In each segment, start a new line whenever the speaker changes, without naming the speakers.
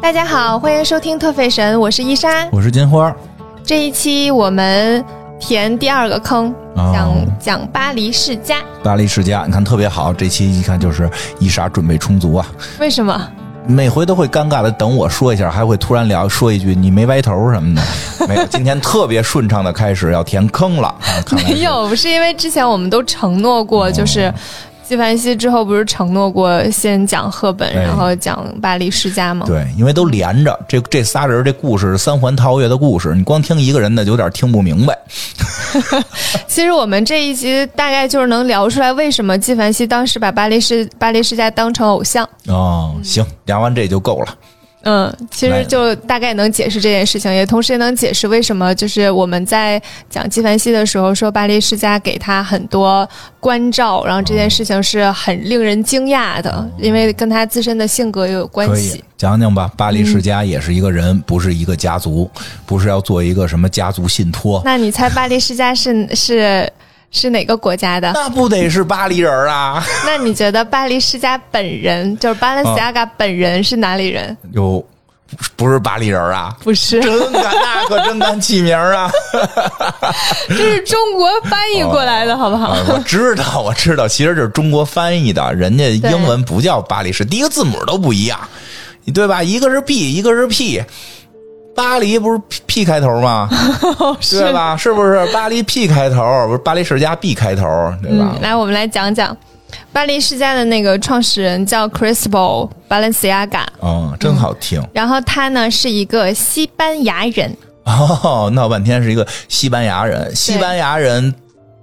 大家好，欢迎收听特费神，我是伊莎。
我是金花儿
这一期我们填第二个坑，
啊，
讲、讲巴黎世家。
巴黎世家，你看特别好，这期一看就是伊莎准备充足啊，
为什么？
每回都会尴尬的等我说一下，还会突然聊说一句你没歪头什么 的，没有，今天特别顺畅的开始要填坑了，啊、看来是
没，有，是因为之前我们都承诺过，就是纪梵希之后不是承诺过先讲赫本，
哎
然后讲巴黎世家吗？
对，因为都连着，这这仨人这故事是三环套月的故事，你光听一个人的有点听不明白，
其实我们这一集大概就是能聊出来为什么纪梵希当时把巴黎世巴黎世家当成偶像。
哦，行，聊完这就够了，
嗯，其
来
实就大概能解释这件事情，也同时也能解释为什么就是我们在讲纪梵希的时候说巴黎世家给他很多关照，然后这件事情是很令人惊讶的，因为跟他自身的性格也有关
嗯可以
系。
讲讲
嗯
吧，巴黎世家也是一个人，不是一个家族，不是要做一个什么家族信托，
那你猜巴黎世家是是是哪个国家的？
那不得是巴黎人儿 啊？
那你觉得巴黎世家本人就是巴伦西亚嘎本人是哪里人？
哟，不是巴黎人儿啊？
不 是，
真敢，那可真敢起名儿啊！
这是中国翻译过来的，好不好？
啊我知道，我知道，其实这是中国翻译的，人家英文不叫巴黎市，第一个字母都不一样，对吧？一个是 B，一个是 P。巴黎不是 P P 开头吗？ 对吧？是啊不是巴黎 P 开头？不是巴黎世家 B 开头，对吧
嗯，？来，我们来讲讲巴黎世家的那个创始人叫 Crispo Balenciaga，
哦，真好听
然后他呢是一个西班牙人，
哦！闹半天是一个西班牙人，西班牙人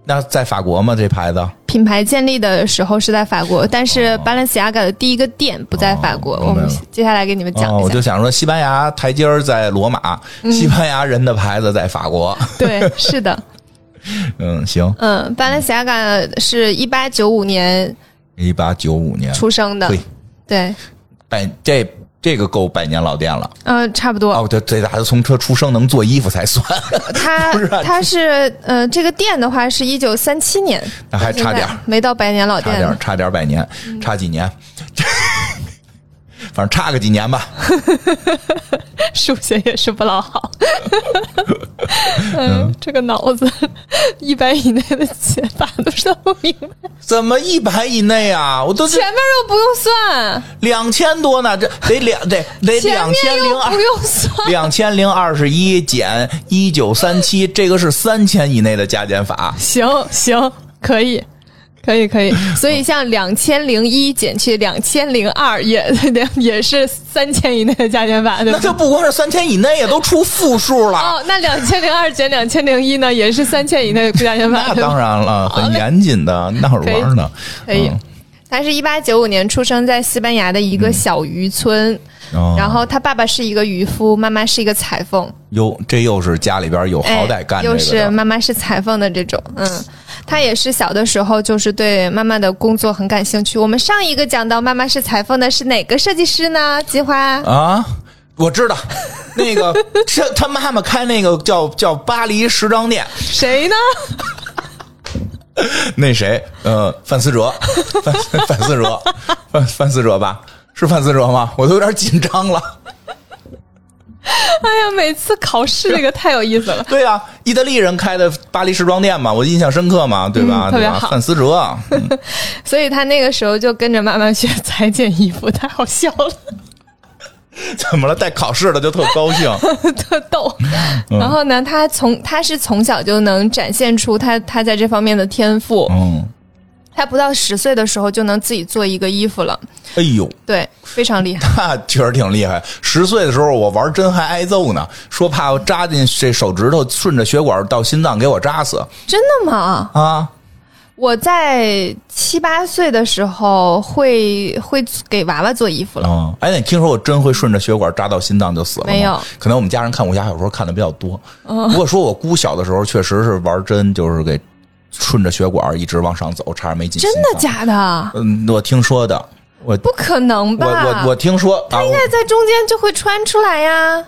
那在法国吗？这牌子？
品牌建立的时候是在法国，但是 Balenciaga 的第一个店不在法国。
哦
我
明白
们
了
接下来给你们讲
哦。
一
我
下，嗯
就想说，西班牙台阶儿在罗马，西班牙人的牌子在 法国。
对，是 的，
嗯，行，
嗯，Balenciaga 是一八九五年
一八九五年，
出生的
对，
对，
百这这个够百年老店了。
嗯、差不多。
哦，对对，大家从车出生能做衣服才算，
他
不是啊
他是呃，这个店的话是一九三七年，
那还差点
现
儿
在嗯没到百年老
差
店呢
点。差点百年，差几年， 反正差个几年吧。
数学也是不老好。嗯，这个脑子一百以内的解法都算不明白，
怎么一百以内啊？我都这
前面又不用算，
两千多呢，这得两得得
前
两千
面
零
又
二
不。用算，
两千零二十一减一九三七，这个是三千以内的加减法。
行行，可以。可以可以，所以像两千零一减去两千零二，也也是三千以内的加减法，对
那
吧？
就不光是三千以内啊，都出负数了。
哦，那两千零二减两千零一呢，也是三千以内的加减法，
那
对吧
当？然了，很严谨的，那会儿玩呢。
哦可以。他是一八九五年出生在西班牙的一个小渔村，
嗯、
然后他爸爸是一个渔夫，妈妈是一个裁缝，
哟，这又是家里边有
哎
好歹干这
又
个
是
的，
妈妈是裁缝的这种，嗯，他也是小的时候就是对妈妈的工作很感兴趣。我们上一个讲到妈妈是裁缝的是哪个设计师呢？金 花，
啊，我知道， 那个这他妈妈开那个叫叫巴黎时装店，
谁呢？
那谁，呃，范思哲，范 范思哲，范范思哲吧，是范思哲吗？我都有点紧张了。
哎呀，每次考试这个太有意思了。
对啊，意大利人开的巴黎时装店嘛，我印象深刻嘛，对吧？
嗯特
对
别
吧？
好
范思哲， 嗯
所以他那个时候就跟着妈妈学裁剪衣服，太好笑了。
怎么了？带考试了就特高兴。
特 逗。
嗯
然后呢，他从他是从小就能展现出他他在这方面的天赋。
嗯，
他不到十岁的时候就能自己做一个衣服了，
哎呦，
对，非常厉害。
那确实挺厉害。十岁的时候，我玩真还挨揍呢，说怕我扎进这手指头，顺着血管到心脏给我扎死
真的吗？
啊！
我在七八岁的时候会会给娃娃做衣服了。
嗯，哎，那你听说我真会顺着血管扎到心脏就死了吗？
没有嗯
可能我们家人看武侠小说看的比较多。不过说我姑小的时候确实是玩真，就是给顺着血管一直往上走，差点没进心
真
脏。
的假的？
嗯，我听说的，我
不可能
我
吧？
我我听说啊，我
现在在中间就会穿出来呀。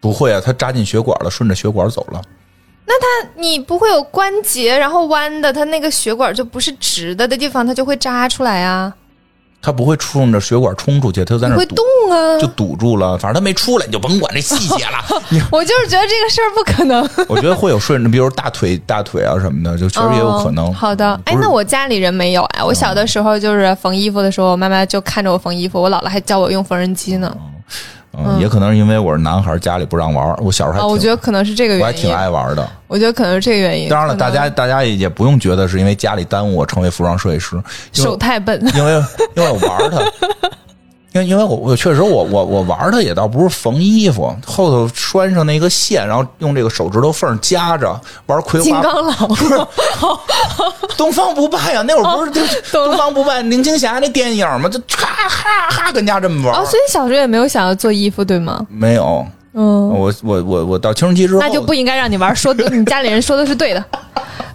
不会啊，他扎进血管了，顺着血管走了。
你不会有关节，然后弯的，它那个血管就不是直的的地方，它就会扎出来啊。
它不会冲着血管冲出去，它就在那
你
儿
会
堵
动啊
就！堵住了。反正它没出来，你就甭管这细节了。你
我就是觉得这个事儿不可能。
我觉得会有顺着，比如大腿、大腿啊什么的，就确实也有可能。
哦好的，哎
不，是
那我家里人没有哎，我小的时候就是缝衣服的时候，我妈妈就看着我缝衣服，我姥姥还教我用缝纫机呢。
嗯，也可能是因为我是男孩，家里不让玩儿。我小时候还
啊，
挺
我觉得可能是这个
我还
原因
挺，爱玩的。
我觉得可能是这个原因。
当然了，
可能
大家大家也也不用觉得是因为家里耽误我成为服装设计师，因为
手太笨，
因为因为我玩它，因为因为我我确实我我我玩它也倒不是缝衣服，后头拴上那个线，然后用这个手指头缝夹着玩葵
金
花。
刚狼。
不是东方不败啊呀、那会儿不是就、
哦 懂了
东方不败林青霞那电影吗？就哈哈哈跟家这么玩，
哦，所以小时候也没有想要做衣服，对吗？
没有。
嗯，
我我我我到青春期之后，
那就不应该让你玩，说的你家里人说的是 对的，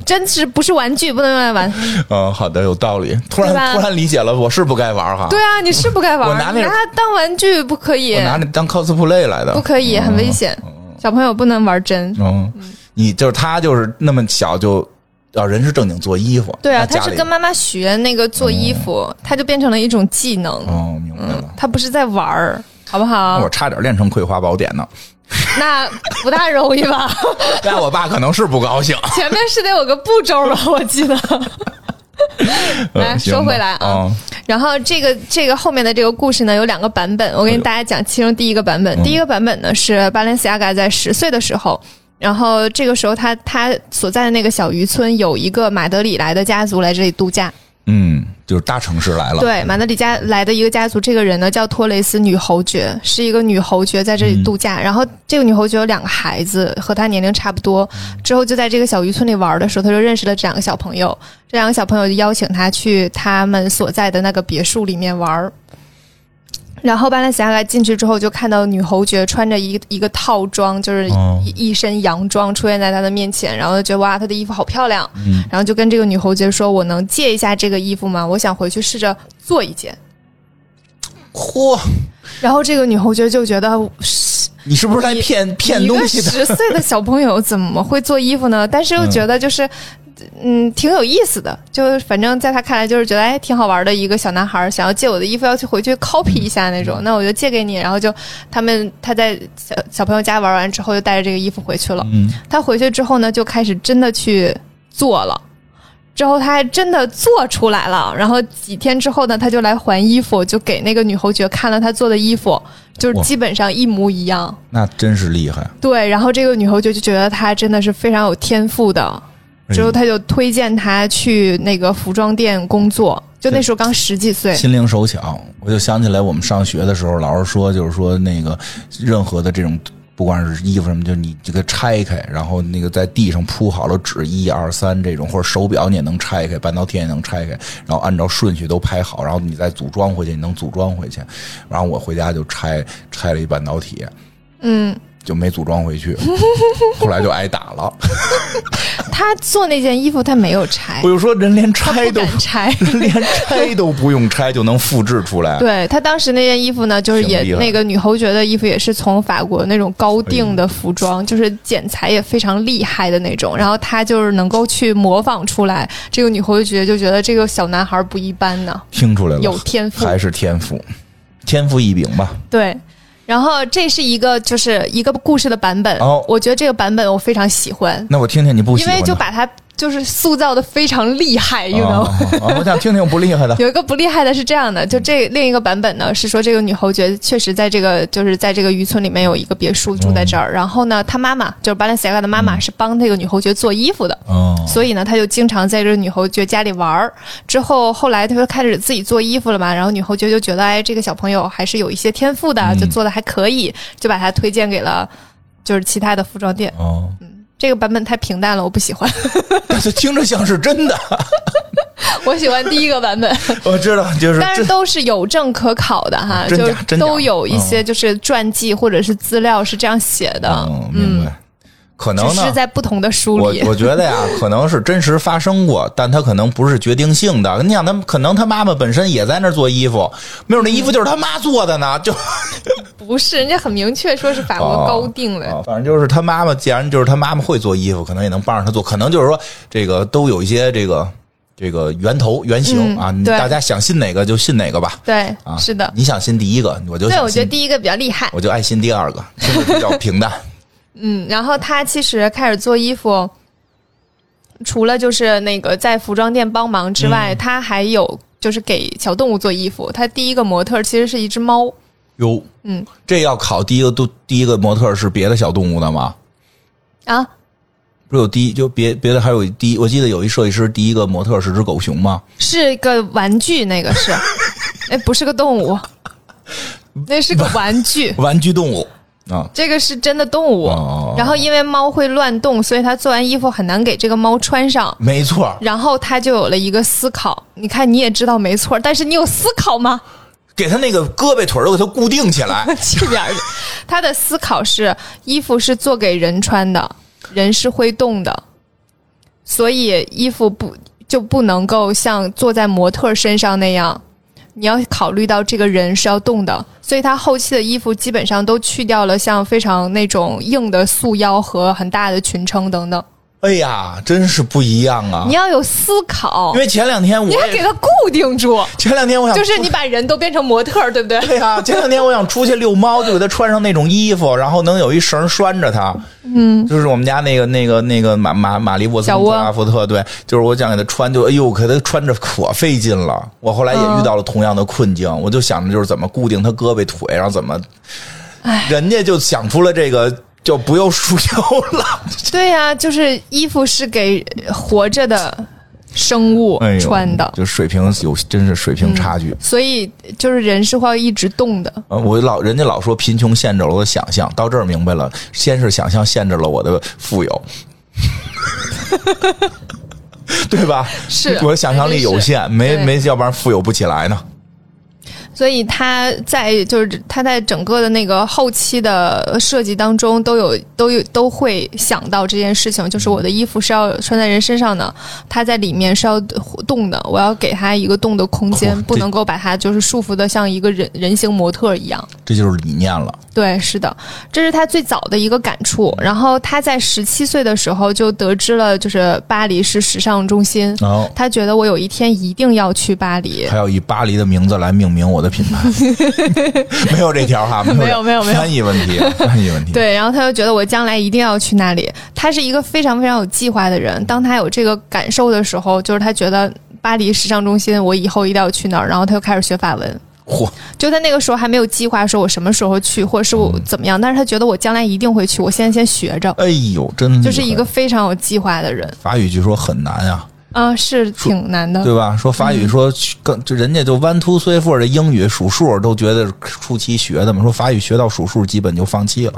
真是不是玩具不能用来玩。
嗯，好的，有道理。突
对吧
然突然理解了，我是不该玩哈。
对啊，你是不该玩，
我拿那
你拿它当玩具不可以
我，拿那当 cosplay 来的，
不可以，很危险。小朋友不能玩真。
嗯，你就是他，就是那么小就啊，人是正经做衣服，
对啊，
那
他
家
是
里嗯
跟妈妈学那个做衣服，他就变成了一种技能，
哦，明白了。
他不是在玩儿，好不
那
好
我？差点练成《葵花宝典》 呢，
那不大容易吧？
但我爸可能是不高兴。
前面是得有个步骤吧？我记得。来
嗯行
说
吧
回 来啊
嗯
然后这个这个后面的这个故事呢，有两个版本，我给大家讲其中第一个版本。第一个版本呢是巴伦西亚嘎在十岁的时候，然后这个时候他他所在的那个小渔村有一个马德里来的家族来这里度假，
嗯，就是大城市来了，
对，马德里家来的一个家族，这个人呢叫托雷斯女侯爵，是一个女侯爵在这
嗯
里度假。然后这个女侯爵有两个孩子，和她年龄差不多。
嗯
之后就在这个小渔村里玩的时候，她就认识了这两个小朋友。这两个小朋友就邀请她去他们所在的那个别墅里面玩儿。然后巴兰西亚嘎进去之后，就看到女侯爵穿着一一个套装，就是一,、
哦
一身洋装出现在她的面前，然后就觉得哇，她的衣服好漂亮。
嗯
然后就跟这个女侯爵说：“我能借一下这个衣服吗？我想回去试着做一件。
嚯，”
然后这个女侯爵就觉得， 嗯是
你是不是在骗骗
一
东
个
西的？
十岁的小朋友怎么会做衣服呢？但是又觉得就是，嗯，挺有意思的。就反正在他看来，就是觉得哎，挺好玩的一个小男孩儿，想要借我的衣服，要去回去 copy 一下那种。那我就借给你。然后就他们他在小小朋友家玩完之后，就带着这个衣服回去了。
嗯，
他回去之后呢，就开始真的去做了。之后他还真的做出来了，然后几天之后呢，他就来还衣服，就给那个女侯爵看了他做的衣服，就是
哇
基本上一模一样。
那真是厉害。
对，然后这个女侯爵就觉得他真的是非常有天赋的，之后
哎
他就推荐他去那个服装店工作，就那时候刚十几岁。
心灵手巧，我就想起来我们上学的时候，老师说就是说那个任何的这种。不管是衣服什么，就你这个拆开，然后那个在地上铺好了纸，一二三这种，或者手表你也能拆开，半导体也能拆开，然后按照顺序都拍好，然后你再组装回去，你能组装回去。然后我回家就拆拆了一半导体，
嗯，
就没组装 回去，后来就挨打了。
他做那件衣服他没有拆
我，就说人连
他
拆
不
都
敢拆。
连拆都不用拆就能复制出来，
对他当时那件衣服呢，就是
挺
也
厉害
那个女侯爵的衣服也是从法国那种高定的服 装，就是剪裁也非常厉害的那种。然后他就是能够去模仿出来，这个女侯爵就觉得这个小男孩不一般呢，
听出来了，
有天赋。
还是天赋，天赋异禀吧。
对，然后这是一个就是一个故事的版本，
哦
我觉得这个版本我非常喜欢，
那我听听你不喜
因
欢的，
为就把它就是塑造的非常厉害，you
啊
know。
啊啊我想听听不厉 害的。
有一个不厉害的是这样的，就这另一个版本呢是说这个女侯爵确实在这个就是在这个渔村里面有一个别墅住在这儿，然后呢，她妈妈就是巴伦西亚的妈妈是帮这个女侯爵做衣服的，
哦，
所以呢，他就经常在这个女侯爵家里玩儿。之后后来他就开始自己做衣服了嘛，然后女侯爵就觉得，哎，这个小朋友还是有一些天赋的，就做的还可以，就把他推荐给了就是其他的服装店。
哦，
这个版本太平淡了，我不喜欢，
但是听着像是真的，
我喜欢第一个版本，
我知道，就是
但是
真
都是有证可考的哈，
嗯真假
就
真假
都有一些就是传记或者是资料是这样写的，
嗯，明白。可能
只
呢
是，在不同的书
我
里。
我觉得呀，可能是真实发生过，但他可能不是决定性的。你想，他可能他妈妈本身也在那儿做衣服，没准那衣服就是他妈做的呢，就
不是，人家很明确说是法国
哦
高定的。
啊，反正就是他妈妈，既然就是他妈妈会做衣服，可能也能帮着他做，可能就是说这个都有一些这个这个源头原型、
嗯
啊，
对
大家想信哪个就信哪个吧。
对，
啊，
是的，
你想信第一个，我就
对，
想
我觉得
信，
第一个比较厉害。
我就爱信第二个，这个比较平淡。
嗯，然后他其实开始做衣服，除了就是那个在服装店帮忙之
嗯
外，他还有就是给小动物做衣服。他第一个模特其实是一只猫，
哟，
嗯，
这要考第一个都第一个模特是别的小动物的吗？
啊，
不是有第一就别别的还有第一，我记得有一设计师第一个模特是只狗熊吗？
是个玩具，那 个是，哎，不是个动物，那是个玩具，
玩具动物啊，
这个是真的动物。
哦
然后因为猫会乱动，所以他做完衣服很难给这个猫穿上。
没错，
然后他就有了一个思考，你看你也知道没错，但是你有思考吗？。
给他那个胳膊腿儿都给他固定起来
这边儿的，他的思考是衣服是做给人穿的，人是会动的，所以衣服不就不能够像坐在模特身上那样。你要考虑到这个人是要动的，所以他后期的衣服基本上都去掉了像非常那种硬的束腰和很大的裙撑等等。
哎呀，真是不一样啊
你！要有思考
因，为前两天我
你还
也
给它固定 住，
前两天我想
就是你把人都变成模特儿，对不对？
对呀、前两天我想出去遛猫，就给它穿上那种衣服，然后能有一绳拴着它。嗯，就是我们家那个那个那个马马马利沃斯
小
跟
窝
拉福特，对，就是我想给它穿，就哎呦，给它穿着可费劲了。我后来也
嗯
遇到了同样的困境，我就想着就是怎么固定它胳膊腿，然后怎么，人家就想出了这个。就不用束腰了，
对呀、就是衣服是给活着的生物
哎呦
穿的，嗯
就水平有真是水平差距。
所以就是人是会一直动的。
啊，我老人家老说贫穷限制了我的想象，到这儿明白了，先是想象限制了我的富有， 对吧？
是啊
我的想象力有限，没
对
没，要不然富有不起来呢。
所以他在就是他在整个的那个后期的设计当中都有都有都会想到这件事情，就是我的衣服是要穿在人身上的，它在里面是要动的，我要给它一个动的空间
哦，
不
这
能够把它就是束缚的像一个人人形模特一样。
这就是理念了，
对，是的，这是他最早的一个感触。然后他在十七岁的时候就得知了，就是巴黎是时尚中心。
然后
他觉得我有一天一定要去巴黎。
还要以巴黎的名字来命名我的品 牌，没有这条哈，
没有没有没有
翻译问题，翻译问题。
对，然后他就觉得我将来一定要去那里。他是一个非常非常有计划的人。当他有这个感受的时候，就是他觉得巴黎时尚中心，我以后一定要去那儿。然后他就开始学法文。
嚯，
就他那个时候还没有计划说我什么时候去，或者是我怎么样，但是他觉得我将来一定会去。我现在先学着，
哎呦，真
就是
厉害
一个非常有计划的人。
法语，据说很难啊。
啊，是挺难的。
对吧？说法
嗯
语说更，就人家就 one two three four 的英语数数都觉得初期学的嘛，说法语学到数数基本就放弃了。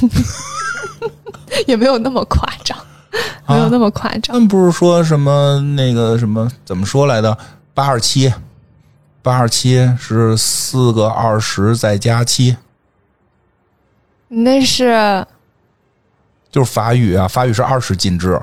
也没有那么夸张，没
啊
有那么夸
他
张。
们不是说什么那个什么怎么说来的？八二七，八二七是四个二十再加七，
你那是，
就是法语啊，法语是二十进制。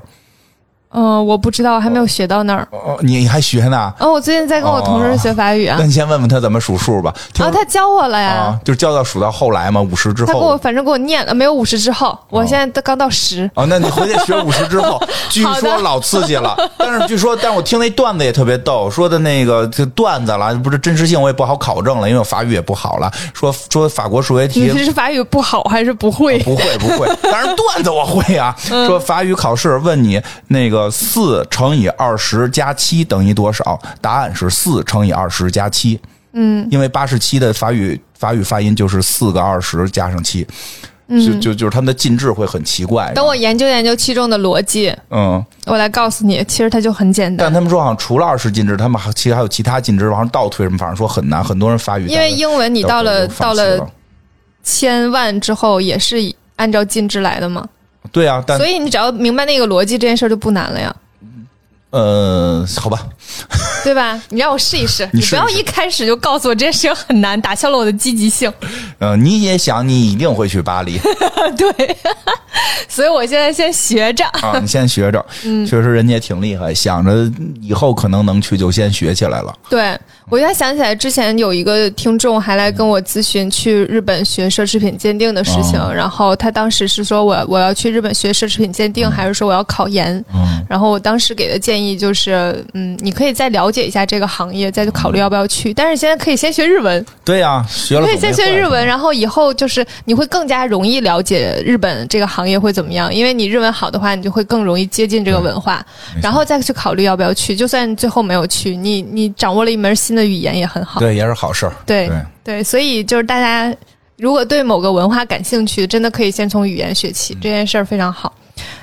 嗯、我不知道，我还没有学到那儿。
哦，你还学呢？
哦，我最近在跟我同事学法语啊
那，你先问问他怎么数数吧。听
然后、哦他教我了呀，
啊，就是教到数到后来嘛，五十之
他给我
后。
反正给我念了，没有五十之后，我现在都刚到十、
哦，那你回去学五十之 后，据
好的
说老刺激了。但是据说，但是我听那段子也特别逗，说的那个这段子了，不是真实性我也不好考证了，因为我法语也不好了。说说法国数学啊题
你是法语不好还是不会？
不会不会，当然段子我会啊。
嗯
说法语考试问你那个四乘以二十加七等于多少？答案是四乘以二十加七。嗯，因为八十七的法语法语发音就是四个二十加上七，
嗯
就就就是他们的进制会很奇怪。
等我研究研究其中的逻辑，
嗯，
我来告诉你，其实它就很简
但
单。
他们说好像除了二十进制，他们还其实还有其他进制往上倒推什么，反正说很难。很多人法语
因为英文你到了到
到
了千万之后，也是以按照进制来的嘛，
对啊，但
所以你只要明白那个逻辑，这件事儿就不难了呀。
呃，好吧，
对吧？你让我试一试，
你
你
试一试
不要一开始就告诉我这件事情很难，打消了我的积极性。
嗯，你也想你一定会去巴黎
对， 所以我现在先学着。
啊，你先学着，
嗯
确实人家挺厉害，想着以后可能能去就先学起来了。
对，我就想起来之前有一个听众还来跟我咨询去日本学奢侈品鉴定的事情，
哦
然后他当时是说我我要去日本学奢侈品鉴定，还是说我要考研？
嗯
然后我当时给的建议就是，嗯，你可以再了解一下这个行业，再去
嗯
考虑要不要去。但是现在可以先学日文，
对呀、学了
可以
总
先
没
学
坏
日
嘛
文，然后以后就是你会更加容易了解日本这个行业会怎么样，因为你日文好的话，你就会更容易接近这个文化，然后再去考虑要不要去。就算最后没有去，你你掌握了一门新的语言也很好。
对，也是好事儿。
对
对
对所以就是大家如果对某个文化感兴趣，真的可以先从语言学起，这件事儿非常好。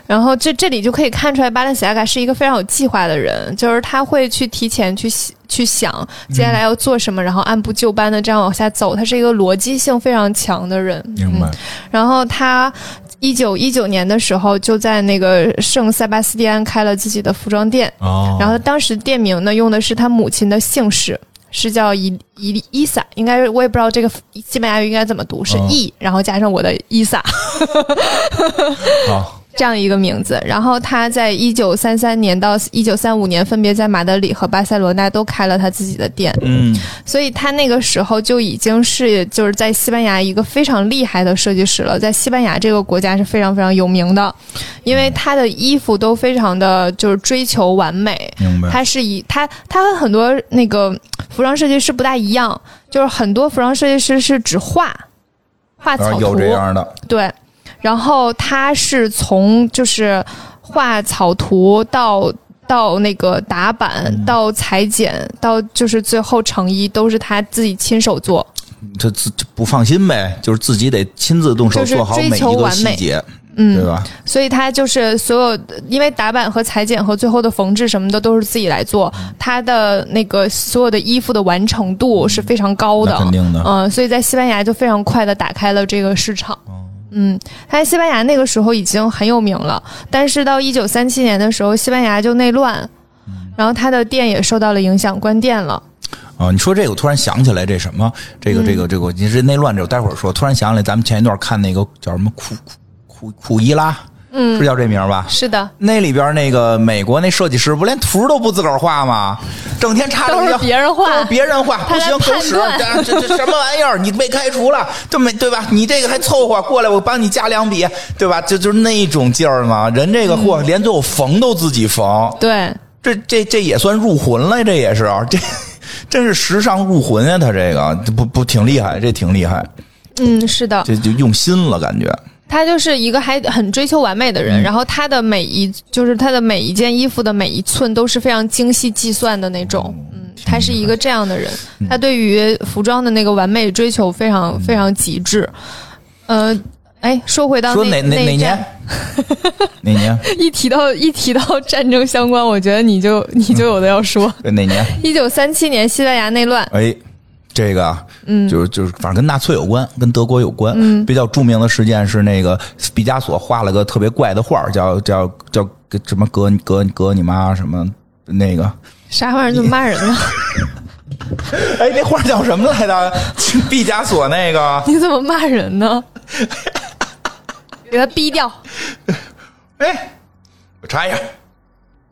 然后这这里就可以看出来，巴伦西亚嘎是一个非常有计划的人，就是他会去提前去想去想接下来要做什么，然后按部就班的这样往下走。他是一个逻辑性非常强的人，
明白。
然后他一九一九年的时候就在那个圣塞巴斯蒂安开了自己的服装店，
哦，
然后当时店名呢用的是他母亲的姓氏，是叫伊伊伊萨，应该是我也不知道这个西班牙语应该怎么读，是
哦
E，、然后加上我的伊萨
好，
这样一个名字。然后他在一九三三年到一九三五年分别在马德里和巴塞罗那都开了他自己的店，
嗯，
所以他那个时候就已经是就是在西班牙一个非常厉害的设计师了，在西班牙这个国家是非常非常有名的，因
嗯
为他的衣服都非常的就是追求完美，
明白。
它是以它它和很多那个服装设计师不大一样，就是很多服装设计师是只画画
然
草
后
图
啊有，这样的，
对，然后他是从就是画草图到。到那个打版，
嗯
到裁剪，到就是最后成衣，都是他自己亲手做。
他自就不放心呗，就是自己得亲自动手
就是
做好
追
每一
求
个
完
细
美
节，
嗯
对吧？
所以他就是所有，因为打版和裁剪和最后的缝制什么的都是自己来做，
嗯
他的那个所有的衣服的完成度是非常高的，
那肯定的
嗯，所以在西班牙就非常快的打开了这个市场。
哦
嗯，他在西班牙那个时候已经很有名了，但是到一九三七年的时候，西班牙就内乱，
嗯
然后他的店也受到了影响，关店了。
啊，你说这个，我突然想起来这什么，这个这
嗯
个这个，你是内乱这，我待会儿说。突然想起来，咱们前一段看那个叫什么库库库库伊拉，嗯，是叫这名儿吧？
是的，
那里边那个美国那设计师不连图都不自个儿画吗？整天插着
都是
要
别人画
都是别人画，
他来
不行，狗
判
屎，
断
这这这什么玩意儿？你被开除了，这没对吧？你这个还凑合过来，我帮你加两笔，对吧？这就是那种劲儿嘛。人这个
嗯
货连最后缝都自己缝，
对，
这这这也算入魂了，这也是啊这。真是时尚入魂啊！他这个这不不挺厉害，这挺厉害，
嗯，是的，
这就用心了，感觉
他就是一个还很追求完美的
嗯
人，然后他的每一就是他的每一件衣服的每一寸都是非常精细计算的那种，嗯，他是一个这样的人，
嗯
他对于服装的那个完美追求非常、非常极致，呃。哎，说回到
说
那
哪哪
那
哪
一
年
站，
哪年
一提到一提到战争相关，我觉得你就你就有的要 说。
对哪年？
一九三七年西班牙内乱，
哎，这个，嗯，就是就是，反正跟纳粹有关，跟德国有关。嗯，比较著名的事件是那个毕加索画了个特别怪的画儿，叫叫叫什么格格格你妈什么那个。
啥玩意儿就骂人 了？
哎，那画儿叫什么来着？ 毕加索那个，
你怎么骂人 呢？给他逼掉。
哎，我查一下，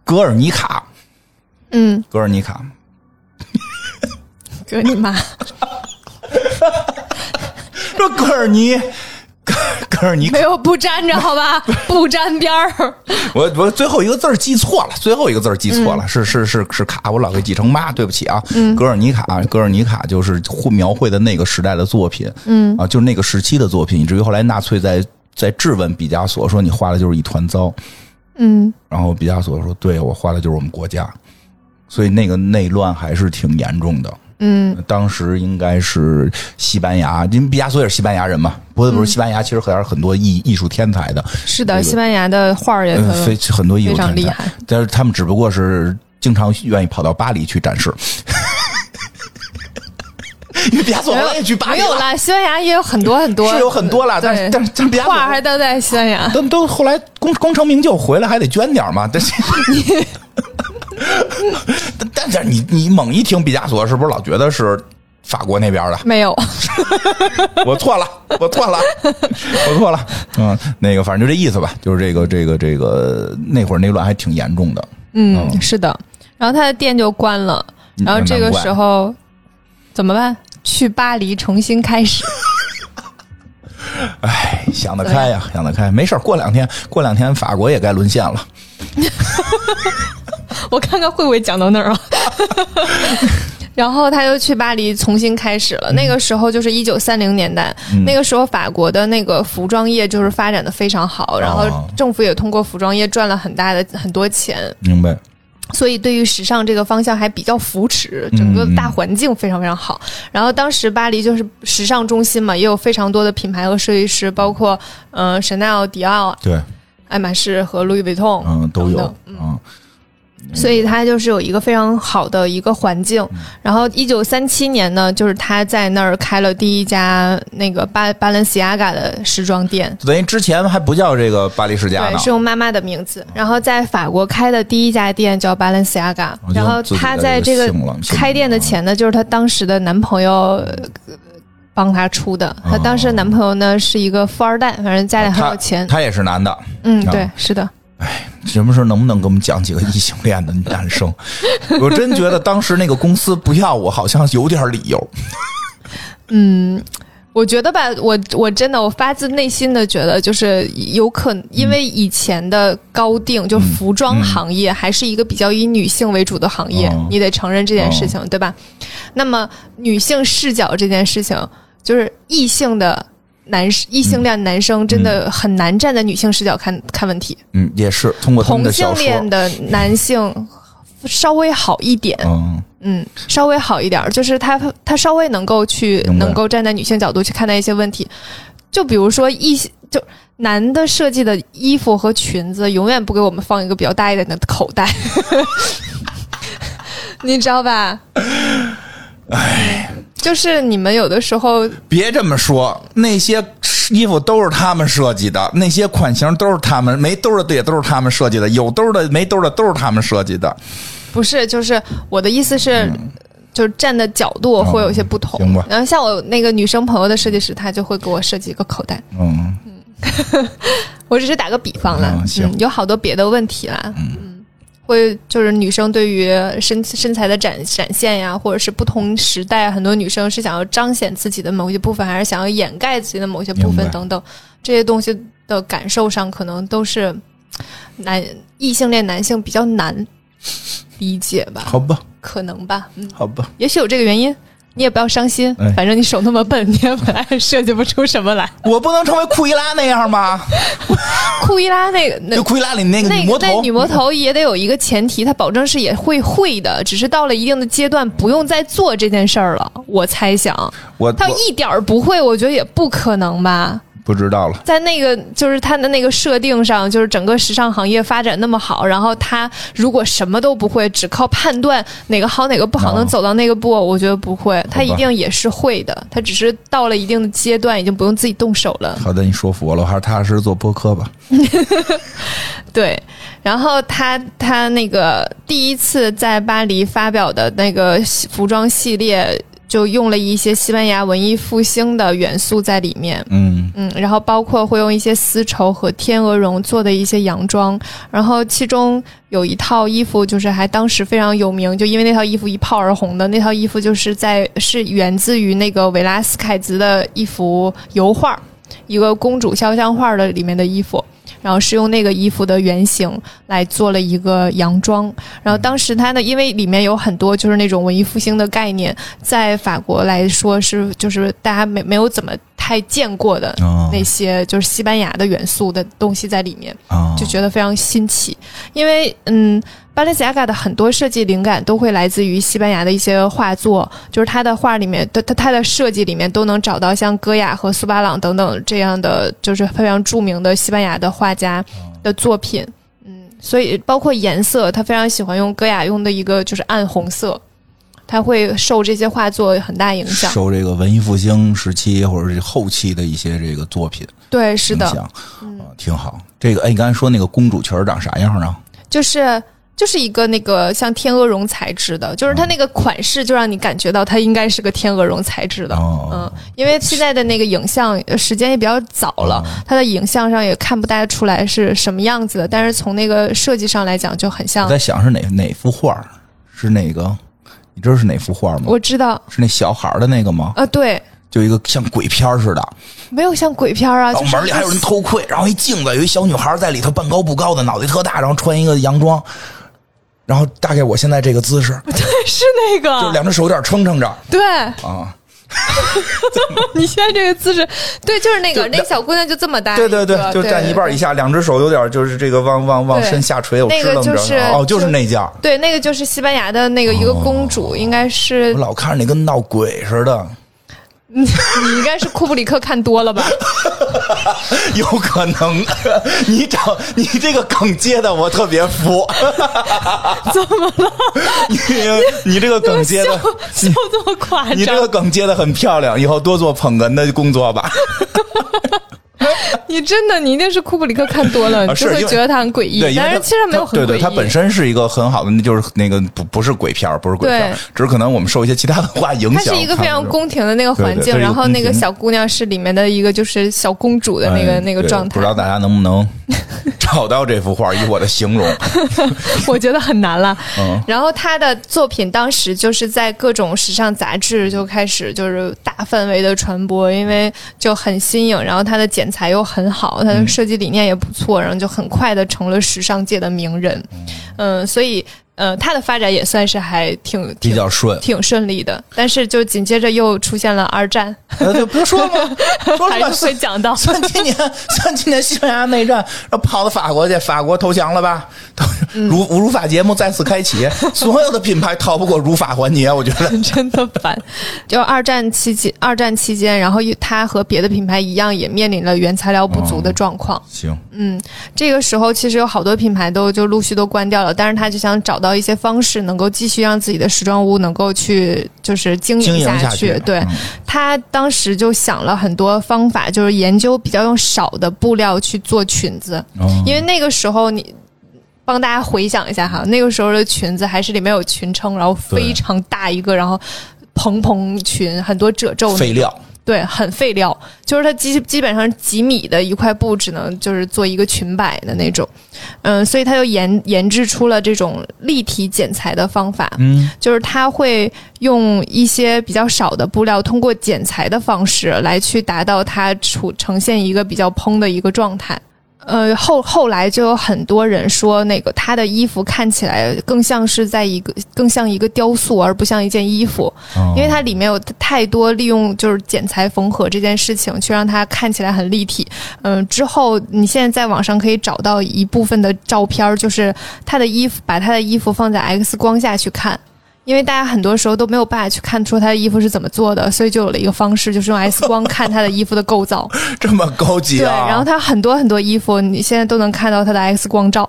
格尔尼卡，
嗯，
格尔尼卡，
哥你妈！
说格尔尼，格格尔尼卡
没有不沾着，好 吧，不沾边儿。
我我最后一个字儿记错了，最后一个字儿记错了，
嗯
是是是是卡，我老给记成妈，对不起啊。格尔尼卡，格尔尼卡就是绘描绘的那个时代的作品，嗯啊，就是那个时期的作品，以至于后来纳粹在在质问毕加索说你画的就是一团糟，
嗯，
然后毕加索说对我画的就是我们国家，所以那个内乱还是挺严重的。嗯，当时应该是西班牙，因为毕加索也是西班牙人嘛，不是不是西班牙，其实还是很多艺艺术天才的，
嗯是
这
的，
个
西班牙的画儿也
嗯，
很
非很多艺术
呃非常
天
厉
才
害，
但是他们只不过是经常愿意跑到巴黎去 展示。因为毕加索后来也去巴
没
黎
有
了，
啦，西班牙也有很多很多，
是有很多了，但是
对
但是但是毕加索
画儿还都在西班牙。
都都后来 功功成名就回来还得捐点儿嘛，但是但但这你你猛一听毕加索，是不是老觉得是法国那边 的？
没有，
我错了，我错了，我错了。嗯，那个反正就这意思吧，就是这个这个这个那会儿内乱还挺严重的。哦
嗯，是的。然后他的店就关了，
嗯
然后这个时候怎么办？去巴黎重新开始。
哎，想得开呀、想得开，没事儿。过两天，过两天法国也该沦陷了。
我看看会不会讲到那儿啊。然后他又去巴黎重新开始了。那个时候就是一九三零年代，那个时候法国的那个服装业就是发展的非常好，然后政府也通过服装业赚了很大的很多钱，
明白？
所以对于时尚这个方向还比较扶持，整个大环境非常非常好。然后当时巴黎就是时尚中心嘛，也有非常多的品牌和设计师，包括嗯神奈、迪奥、
对，
爱马仕和路易威通，
嗯，都
等
有
等，
嗯，
所以他就是有一个非常好的一个环境。
嗯
然后一九三七年呢，就是他在那儿开了第一家那个巴巴伦西亚嘎的时装店，
等于之前还不叫这个巴黎世家
对，
呢
是。用妈妈的名
嗯
字。然后在法国开的第一家店叫 Balenciaga，
哦我就
然后
自己
她
的
在
这
这
个
个
姓了姓啊了
开店的钱呢，就是她当时的男朋友。呃帮她出的，她当
哦
时的男朋友呢是一个富二代，反正家里很有钱。
他也是男的。
嗯，
啊
对，是的，
什么时候能不能给我们讲几个异性恋的 男生？我真觉得当时那个公司不要我，好像有点理由。
我觉得吧，我我真的我发自内心的觉得，就是有可能，因为以前的高定，
嗯
就服装行业还是一个比较以女性为主的行业，
嗯哦
你得承认这件事情，对吧？那么女性视角这件事情，就是异性的男
嗯
士异性恋男生真的很难站在女性视角看看问题，
嗯，也是通过他们
同
的
性
小说，
恋的男性稍微好一点，
嗯，
嗯，稍微好一点儿，就是他他稍微能够去
明白
能够站在女性角度去看待一些问题，就比如说一些就男的设计的衣服和裙子永远不给我们放一个比较大一点的口袋， 你知道吧？哎，就是你们有的时候
别这么说，那些衣服都是他们设计的，那些款型都是他们，没兜儿的也都是他们设计的，有兜儿的没兜儿的都是他们设计的。
不是，就是我的意思是。就是站的角度会有一些不同，
嗯哦行吧
然后像我那个女生朋友的设计师，她就会给我设计一个口袋，
嗯，
我只是打个比方啦，
嗯行
有好多别的问题啦，嗯，会就是女生对于身身材的展展现呀，或者是不同时代，很多女生是想要彰显自己的某些部分，还是想要掩盖自己的某些部
明
分
白
等等，这些东西的感受上，可能都是男异性恋男性比较难理解吧，
好吧，
可能吧，嗯，
好吧，
也许有这个原因。你也不要伤心
哎，
反正你手那么笨，你也本来也设计不出什么来。
我不能成为库伊拉那样吗？
库伊拉那个那
就库伊拉里那个
那
女魔
那
头，
女魔头也得有一个前提，她保证是也会会的，只是到了一定的阶段，不用再做这件事儿了。我猜想，
我
她要
我
一点儿不会，我觉得也不可能吧。
不知道了。
在那个就是她的那个设定上，就是整个时尚行业发展那么好，然后她如果什么都不会，只靠判断哪个好哪个不好，
哦
能走到那个步，我觉得不会。她一定也是会的，她只是到了一定的阶段，已经不用自己动手了。
好的，你说服我了，我还是踏踏实实做播客吧。
对，然后他他那个第一次在巴黎发表的那个西服装系列，就用了一些西班牙文艺复兴的元素在里面。
嗯，
嗯，然后包括会用一些丝绸和天鹅绒做的一些洋装，然后其中有一套衣服就是还当时非常有名，就因为那套衣服一炮而红的。那套衣服就是在是源自于那个维拉斯凯兹的一幅油画，一个公主肖像画的里面的衣服。然后是用那个衣服的原型来做了一个洋装，然后当时它呢，因为里面有很多就是那种文艺复兴的概念，在法国来说是就是大家没没有怎么太见过的，
哦
那些就是西班牙的元素的东西在里面，
啊，
就觉得非常新奇。因为嗯，巴伦西亚嘎的很多设计灵感都会来自于西班牙的一些画作，就是他的画里面，他他他的设计里面都能找到像戈雅和苏巴朗等等这样的，就是非常著名的西班牙的画家的作品。嗯，所以包括颜色，他非常喜欢用戈雅用的一个就是暗红色，他会受这些画作很大影响。
受这个文艺复兴时期或者是后期的一些这个作品
对，是
影
的。
响，啊、挺好。这个哎，你刚才说那个公主裙儿长啥样啊？
就是就是一个那个像天鹅绒材质的，就是
嗯
它那个款式就让你感觉到它应该是个天鹅绒材质的。
哦
嗯，因为现在的那个影像呃时间也比较早
哦
了，它的影像上也看不大出来是什么样子的，但是从那个设计上来讲就很
我
像。
在想是哪哪幅画儿，是哪个？你知道是哪幅画吗？
我知道
是那小孩儿的那个吗？
啊，对，
就一个像鬼片儿似的，
没有像鬼片儿啊，
然
就
后
是
哦门里还有人偷窥，然后一镜子，有一小女孩在里头半高不高的，脑袋特大，然后穿一个洋装，然后大概我现在这个姿势，
对，是那
就是
个，
两只手有点撑撑着
对
啊，
你现在这个姿势，对，就是那个，
就
那小姑娘就这么大一
对
个，
对对，就站一半以下，两只手有点就是这个往往往
对
身下垂，我
那
支
个
棱着
就是
呢，哦，就是
就
那件儿，
对，那个就是西班牙的那个一个公主，应该是
哦我老看着你跟闹鬼似的，
你你应该是库布里克看多了 吧？
有可能， 你找你这个梗接的我特别 服，怎么了？ 你你这个梗接的。
笑这么夸
你这个
张，
梗接的很漂亮，以后多做捧哏的工 作吧。
你真的你一定是库布里克看多了，
啊
你就是会
因为
觉得它很诡异
对，，因为
但
它
是其实没有
它
很诡异。
对对，它本身是一个很好的，那就是那个不不是鬼片儿，不是鬼片儿
对，
只是可能我们受一些其他文化影
它
响。
是一个非常
看不懂
宫廷的那个环
对对
境，
它是一个
然后那个
宫廷
小姑娘是里面的一个就是小公主的那个、
哎
那个
对
状
不
态
知，道大家能 不能找到这幅画，以我的形容，
我觉得很难了。
嗯
然后她的作品当时就是在各种时尚杂志就开始就是大范围的传播，因为就很新颖，然后她的剪裁又很好，她的设计理念也不错，然后就很快的成了时尚界的名人。嗯，所以呃，她的发展也算是还挺
比
挺
较 顺。
挺顺利的，但是就紧接着又出现了二战，
呃，就不说嘛，说
还
了吧，
是会讲到。
算今年，算今年西班牙内战，然后跑到法国去，法国投降了吧？投
嗯
如如法节目再次 开启，所有的品牌逃不过如法环节，我觉得。
真的烦。就二战期间，二战期间，然后又它和别的品牌一样，也面临了原材料不足
哦
的状况。
行，
嗯，这个时候其实有好多品牌都就陆续都关掉了，但是他就想找到一些方式，能够继续让自己的时装屋能够去就是经
经
营
营
下
下去
对、
嗯
他当时就想了很多方法，就是研究比较用少的布料去做裙子，
哦
因为那个时候你。帮大家回想一下哈，那个时候的裙子还是里面有裙撑，然后非
对
常大一个，然后蓬蓬裙，很多褶皱，
废料，
对，很废料，就是它基基本上几米的一块布，只能就是做一个裙摆的那种，嗯，所以它就研研制出了这种立体剪裁的方法，
嗯，
就是它会用一些比较少的布料，通过剪裁的方式来去达到它处呈现一个比较蓬的一个状态。呃，后后来就有很多人说，那个他的衣服看起来更像是在一个更像一个雕塑，而不像一件衣服。
哦
因为它里面有太多利用就是剪裁缝合这件事情，去让它看起来很立体。嗯，之后你现在在网上可以找到一部分的照片儿，就是他的衣服，把他的衣服放在 X 光下去看。因为大家很多时候都没有办法去看出他的衣服是怎么做的，所以就有了一个方式，就是 用 X 光看他的衣服的构造。
这么高
哦
级
对，
啊！
然后他很多很多衣服，你现在都能看到他的 X 光照。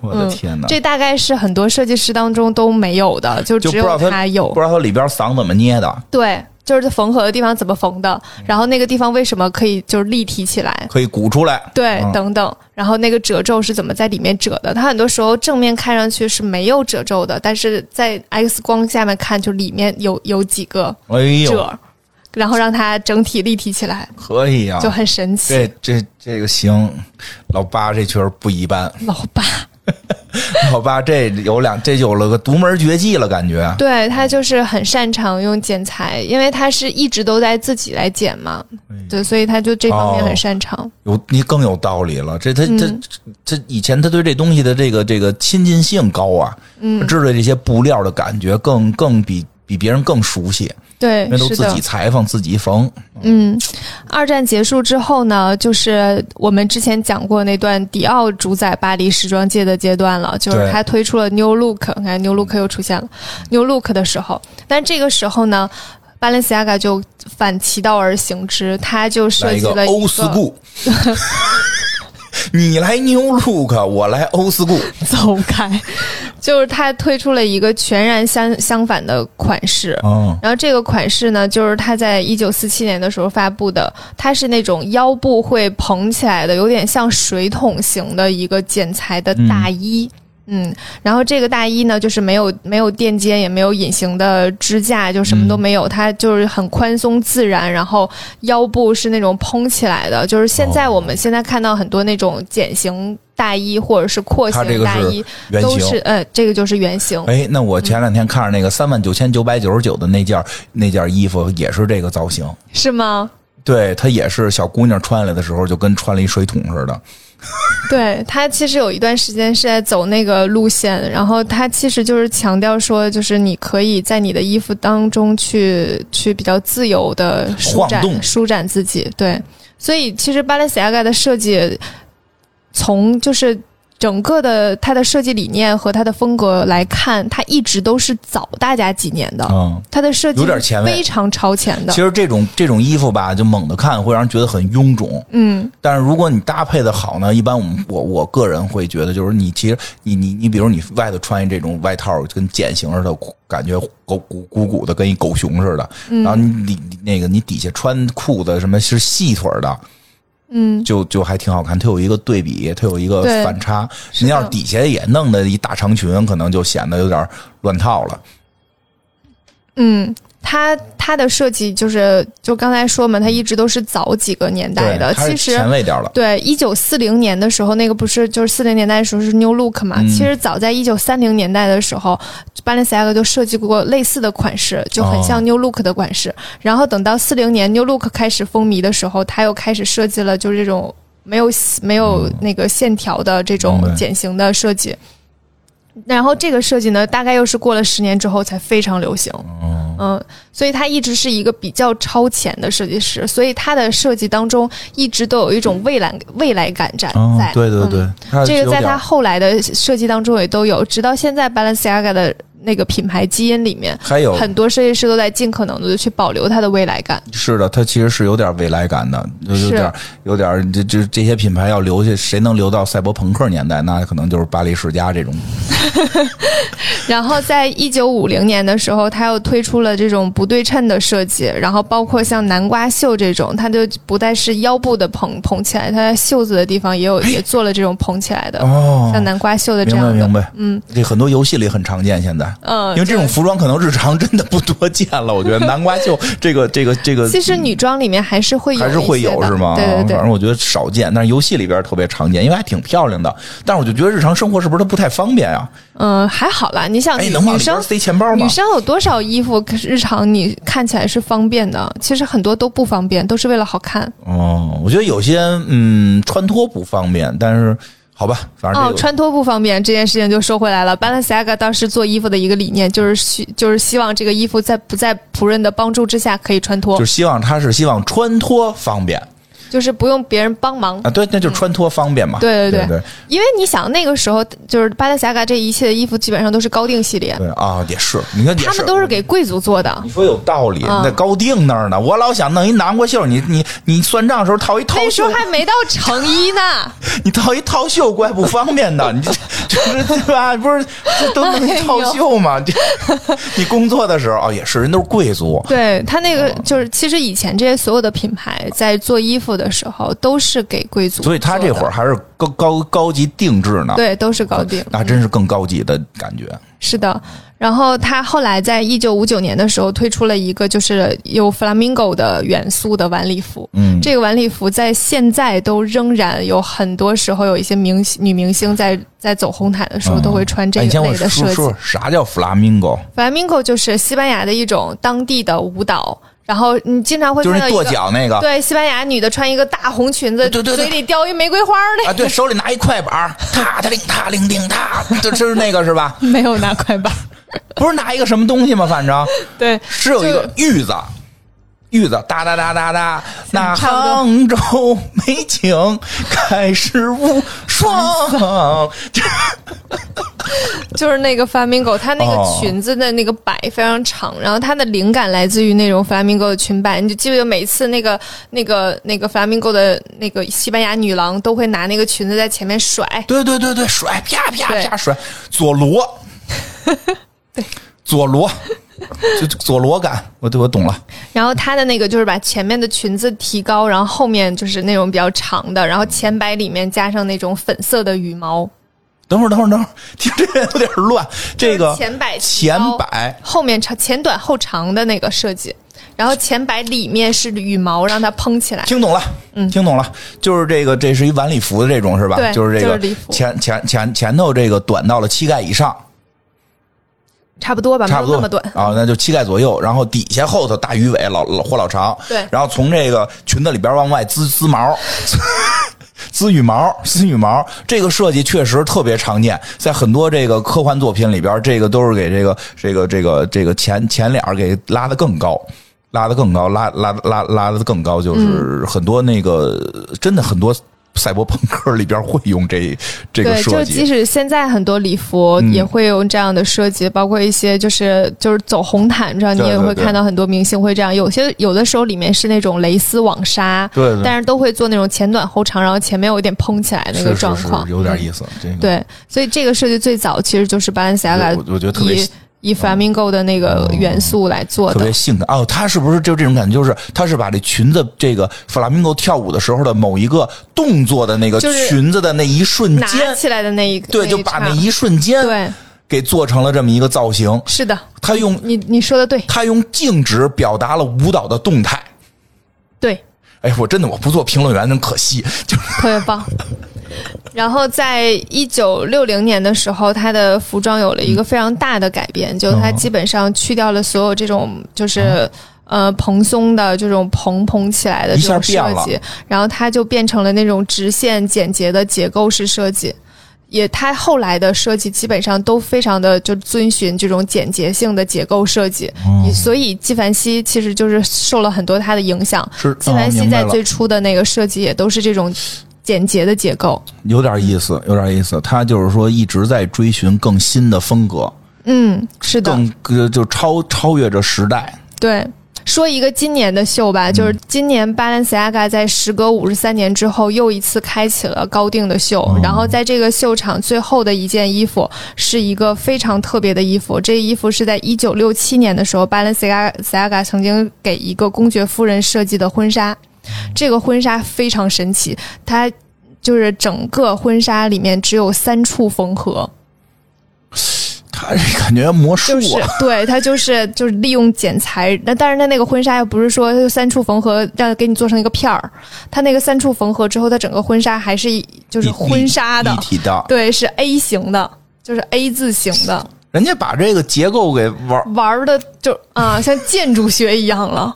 我的天哪，
嗯这大概是很多设计师当中都没有的，就
就
只
不知道
有
它
他有。
不知道它里边嗓怎么捏的，
对，就是缝合的地方怎么缝的，
嗯
然后那个地方为什么可以就是立体起来，
可以鼓出来。
对，
嗯
等等，然后那个褶皱是怎么在里面褶的？它很多时候正面看上去是没有褶皱的，但是在 X 光下面看，就里面有有几个
哎
褶
呦，
儿，然后让它整体立体起来，
可以啊
就！很神奇。
这这这个行，老八这确实不一般。
老爸，
嗯老八这有两，这有了个独门绝技了，感觉。
对他就是很擅长用剪裁，因为他是一直都在自己来剪嘛，
哎
对，所以他就这方面
哦
很擅长。
有你更有道理了，这他他
嗯
他以前他对这东西的这个这个亲近性高啊，嗯，知道这些布料的感觉更更比比别人更熟悉，
对
因为，都
是
自
的。
己裁缝自己缝，
嗯，二战结束之后呢，就是我们之前讲过那段迪奥主宰巴黎时装界的阶段了，就是
对
他推出了 New Look，你看 New Look 又出现了
嗯
New Look 的时候，但这个时候呢，巴伦西亚嘎就反其道而行之，他就设
来一
计
个
了一
欧
个
斯固， 你来 New Look，我来欧斯固，
走开，就是他推出了一个全然相相反的款式，
嗯，
然后这个款式呢，就是它在一九四七年的时候发布的，它是那种腰部会蓬起来的，有点像水桶型的一个剪裁的大衣。嗯嗯，然后这个大衣呢，就是没有没有垫肩，也没有隐形的支架，就什么都没有，它就是很宽松自然。然后腰部是那种蓬起来的，就是现在
哦
我们现在看到很多那种茧型大衣或者是廓
它这
形
个
大
是
衣，
圆
都
形
是呃，这个就是圆形。
哎，那我前两天看着那个三万九千九百九十九的那件儿那件衣服也是这个造型，
是吗？
对，它也是小姑娘穿来的时候就跟穿了一水桶似的。
对他其实有一段时间是在走那个路线，然后他其实就是强调说，就是你可以在你的衣服当中去去比较自由的舒
晃动
展舒展自己。对，所以其实 Balenciaga 的设计，从就是整个的它的设计理念和它的风格来看，它一直都是早大家几年的，
嗯，
它的设计
有点前卫
非常超前的
其。实这种这种衣服吧，就猛的看会让人觉得很臃肿，
嗯，
但是如果你搭配的好呢，一般我们我我个人会觉得，就是你其实你你你，比如你外头穿一这种外套，跟茧型似的，感觉狗鼓鼓鼓的，跟一狗熊似的。
嗯
然后你你你那个你底下穿裤子什么是细腿儿的，
嗯，
就就还挺好看，它有一个对比，它有一个
对
反差。
是
您要
的
是底下也弄的一大长裙，可能就显得有点乱套了。
嗯，它它的设计就是就刚才说嘛，它一直都是早几个年代
对，
的。
它是
其实
前卫点儿了。
对，一九四零年的时候，那个不是就是四零年代的时候是 New Look 嘛？
嗯
其实早在一九三零年代的时候，Balenciaga 就设计过类似的款式，就
哦
很像 New Look 的款式。然后等到四零年 New Look 开始风靡的时候，它又开始设计了就是这种没有没有那个线条的这种
嗯明白
茧型的设计。然后这个设计呢，大概又是过了十年之后才非常流行。
嗯，
嗯，所以他一直是一个比较超前的设计师，所以他的设计当中一直都有一种未来未来感在。
哦
在，
对对
嗯
对，它
这个
有
在
点
他
儿
后来的设计当中也都有，直到现在 Balenciaga 的那个品牌基因里面，
还有
很多设计师都在尽可能的去保留它的未来感。
是的，它其实是有点未来感的，有有
是
点有点这这这些品牌要留下，谁能留到赛博朋克年代？那可能就是巴黎世家这种。
然后在一九五零年的时候，他又推出了这种不对称的设计，然后包括像南瓜袖这种，它就不再是腰部的蓬蓬起来，它在袖子的地方也有也做了这种蓬起来的。
哎哦，
像南瓜袖的这
明白
样的
明，白，
嗯
这很多游戏里很常见，现在。
嗯，
因为这种服装可能日常真的不多见了，我觉得南瓜 袖这个这个这个
对其实女装里面还是会有一
呃嗯还
些
是
的，
会有是吗？
对对对
反正，我觉得少见，但是游戏里边特别常见，因为还挺漂亮的。但是我就觉得日常生活是不是它不太方便啊？
嗯，还好啦。你想，
哎，
女
能往
女
里边
生
塞钱包吗
女？生有多少衣服可是日常你看起来是方便的？其实很多都不方便，都是为了好看。
哦，我觉得有些嗯穿脱不方便，但是好吧，反正这
哦，
个
穿脱不方便这件事情就说回来了。Balenciaga 当时做衣服的一个理念就是希就是希望这个衣服在不在仆人的帮助之下可以穿脱，
就
就是
希望他是希望穿脱方便
是不用别人帮忙。
啊，对，那就穿脱方便嘛。
嗯对对
对
对
对
因为你想那个时候就是巴黎霞嘎这一切的衣服基本上都是高定系列，
对啊，也是，你看也
他们都是给贵族做的
你。说有道理，
嗯
那高定那儿呢，我老想弄一南瓜袖，你你你算账的时候套一套
那时
袖
候，还没到成衣呢，
你套一套袖怪不方便的，你 这就是对吧？不是这都弄一套袖
哎
嘛？这你工作的时候哦，也是人都是贵族，
对他那个就是，其实以前这些所有的品牌在做衣服的时候都是给贵族做的，
所以他这会儿还是高高高级定制呢，
对都是高定，
那真是更高级的感觉。
是的，然后他后来在一九五九年的时候推出了一个就是有 flamingo 的元素的晚礼服。
嗯，
这个晚礼服在现在都仍然有很多时候有一些明星女明星在在走红毯的时候都会穿这
哎
一
你先
类
我
的设
说
计。
说啥叫弗拉明戈？
flamingo 就是西班牙的一种当地的舞蹈，然后你经常会
就
看
是
到
那
一
跺
个
脚那个，
对西班牙女的穿一个大红裙子，
啊对对对
嘴里叼一玫瑰花儿那
啊，对手里拿一快板儿，踏踏铃踏铃叮踏，这这是那个是吧？
没有拿快 板，
不是拿一个什么东西吗？反正
对，
是有一个玉子，玉子哒哒哒哒哒。那杭州美景开始无 双，
就是那个 flamingo，它那
哦
个裙子的那个摆非常长，然后它的灵感来自于那种 flamingo 的裙摆。你就记不记得每次那个那个那个 flamingo 的那个西班牙女郎都会拿那个裙子在前面甩，
对对对对，甩啪啪
对
啪甩，佐罗， 佐罗，就佐罗感，我对我懂了。
然后它的那个就是把前面的裙子提高，然后后面就是那种比较长的，然后前摆里面加上那种粉色的羽毛。
等会儿，等会儿，等会儿，听这有点 乱。这个
前摆齐
前
腰
摆
后面长前短后长的那个设计，然后前摆里面是羽毛，让它蓬起来。
听懂了，听懂了，就是这个，这是一晚礼服的这种是吧？
嗯对
就是这
就
个
是礼服
前前前前头这个短到了膝盖以上，
差不多吧，没
差不
有
多
那么短。
啊，那就膝盖左右，然后底下后头大鱼尾老老或老长，
对
然后从这个裙子里边往外滋滋毛。 滋羽毛，滋羽毛，这个设计确实特别常见，在很多这个科幻作品里边，这个都是给这个这个这个这个前前脸儿给拉得更高，拉得更高，拉拉拉拉得更高，
嗯
就是很多那个、真的很多赛博朋克里边会用这这个
对，就
设
是即
计，嗯
使现在很多礼服也会用这样的设计，包括一些就是就是走红毯这样，你
对
也
对
会
对
看到很多明星会这样。有些有的时候里面是那种蕾丝网纱，
对对
但是都会做那种前短后长，然后前面有一点蓬起来那个
是
状
是
况，
是有点
嗯
意思，这个
对，所以这个设计最早其实就是巴伦西亚
我我觉得特别嗯
以以 flamingo 的那个元素来做
特别
的。
性感哦，她是不是就这种感觉？就是她是把这裙子这个弗拉明戈跳舞的时候的某一个动作的那个
就是
裙子的那一瞬
拿
间，
起来的那一个，
对，
一
就把那
刹
一瞬间
对，
给做成了这么一个造型。
是的，
她用
你你说的对，
她用静止表达了舞蹈的动态。
对，
哎，我真的我不做评论员真可惜，就是
特别棒。 然后在一九六零年的时候，它的服装有了一个非常大的改变，就
哦
它基本上去掉了所有这种就是。呃，蓬松的这种蓬蓬起来的这种
一下
设
变了
计，然后它就变成了那种直线简洁的结构式设计。也，它后来的设计基本上都非常的就遵循这种简洁性的结构设计，以所以纪梵希其实就是受了很多它的影响。
是
纪梵希在最初的那个设计也都是这种简洁的结构。
有点意思，有点意思。她就是说一直在追寻更新的风格，
嗯，是的，
更就超超越着时代。
对。说一个今年的秀吧，就是今年巴伦西亚嘎在时隔五十三年之后又一次开启了高定的秀，然后在这个秀场最后的一件衣服是一个非常特别的衣服，这衣服是在一九六七年的时候，巴伦西亚西亚嘎曾经给一个公爵夫人设计的婚纱，这个婚纱非常神奇，它就是整个婚纱里面只有三处缝合，
她这感觉魔术
就
啊，
是对他就是就是利用剪裁，那但是他那个婚纱又不是说就三处缝合，让给你做成一个片儿，他那个三处缝合之后，他整个婚纱还是一就是
一
婚纱
一
的
一，体的，
对，是 A 型的，就是 A 字形的，
人家把这个结构给玩
玩的就啊、像建筑学一样了。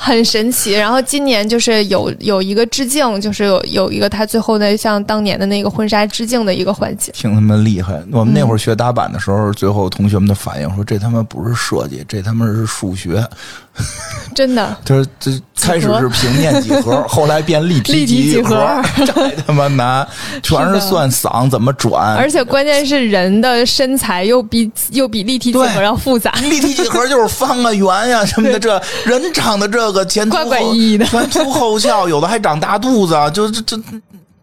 很神奇，然后今年就是有有一个致敬，就是有有一个他最后的像当年的那个婚纱致敬的一个环节，
挺他妈厉害。我们那会儿学打板的时候，最后同学们的反应说：“这他妈不是设计，这他妈是数学。
真的”
他说：“这开始是平面几 何，后来变立体
立体
几
几何，
这他 妈难，全是算嗓怎么转。”
而且关键是人的身材又比又比立体几
对
何要复杂，
立体几何就是方啊、圆呀、什么的，这人长得这个前凸
怪怪
后
异异的
前凸后翘，有的还长大肚子，啊就这这，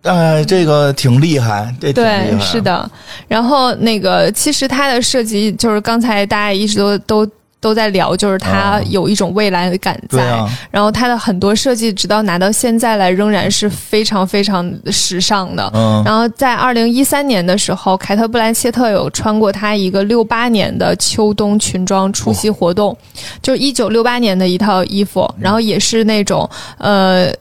哎，这个挺厉害，这挺厉害啊
对，是，的。然后那个，其实它的设计就是刚才大家一直都都都在聊，就是它
嗯
有一种未来感
对
在。
啊
然后它的很多设计，直到拿到现在来，仍然是非常非常时尚的。
嗯
然后在二零一三年的时候，凯特·布兰切特有穿过她一个六八年的秋冬裙装出席活动，就是一九六八年的一套衣服，
嗯
然后也是那种呃。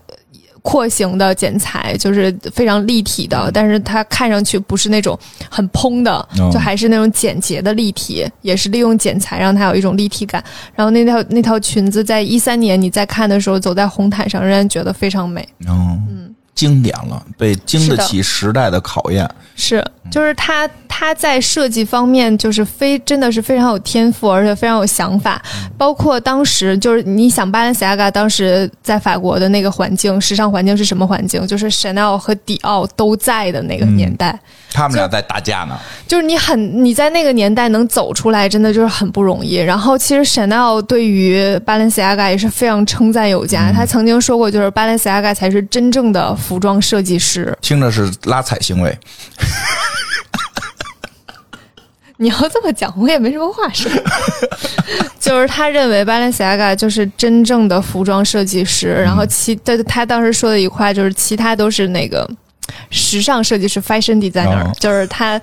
廓形的剪裁就是非常立体的，但是它看上去不是那种很蓬的，
嗯
就还是那种简洁的立体，也是利用剪裁让它有一种立体感。然后那套那套裙子在一三年你在看的时候，走在红毯上仍然觉得非常美。
嗯，经典了，被经得
是的
起时代的考验。
是，就是他他在设计方面就是非真的是非常有天赋，而且非常有想法。包括当时就是你想巴伦西亚嘎当时在法国的那个环境，时尚环境是什么环境？就是 Chanel 和迪奥都在的那个年代，
他们俩在打架呢，
就是你很你在那个年代能走出来，真的就是很不容易。然后其实 Chanel 对于巴伦西亚嘎也是非常称赞有加，他曾经说过，就是巴伦西亚嘎才是真正的服装设计师。
听着是拉踩行为。
你要这么讲，我也没什么话说。 就是他认为 Balenciaga 就是真
嗯
正的服装设计师，然后其他他当时说的一块就是其他都是那个时尚设计师 （fashion designer），、
哦
就是他，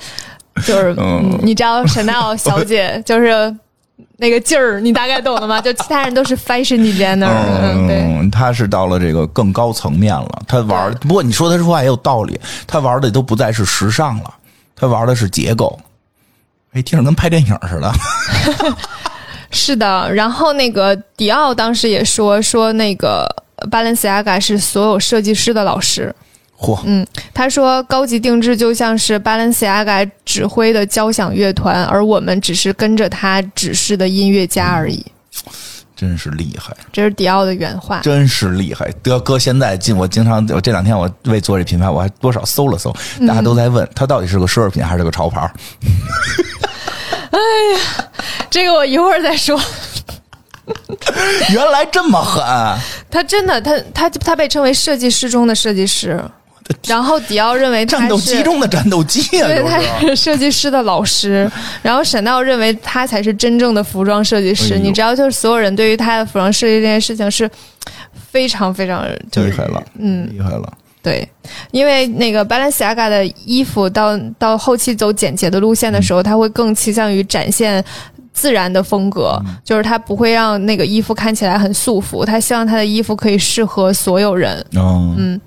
就是、
嗯
嗯你知道 Chanel 小姐就是那个劲儿，你大概懂了吗？就其他人都是 fashion designer，嗯，对，
嗯，他是到了这个更高层面了。他玩儿，不过你说他说话也有道理，他玩的都不再是时尚了，他玩的是结构。哎，听着跟拍电影似的。
是的。然后那个迪奥当时也说说那个。巴伦西亚嘎是所有设计师的老师，
嚯，
他说高级定制就像是巴伦西亚嘎指挥的交响乐团，而我们只是跟着他指示的音乐家而已。
真是厉害，
这是迪奥的原话。
真是厉害。德哥现在进我经常，我这两天我为做这品牌，我还多少搜了搜，大
嗯
家都在问他到底是个奢侈品还是个潮牌儿。
这个我一会儿再说。
原来这么狠，啊
他真的，他他他被称为设计师中的设计师。然后迪奥认为他
战斗机
是，
中的战斗机啊，
对，
都
他
是。
是设计师的老师。然后沈道认为他才是真正的服装设计师。
哎呦
你知道，就是所有人对于他的服装设计这件事情是非常非常就是
厉害了，
嗯，
厉害了。
对，因为那个 Balenciaga 的衣服到到后期走简洁的路线的时候，它会更倾向于展现自然的风格，就是它不会让那个衣服看起来很束缚，它希望它的衣服可以适合所有人。
嗯，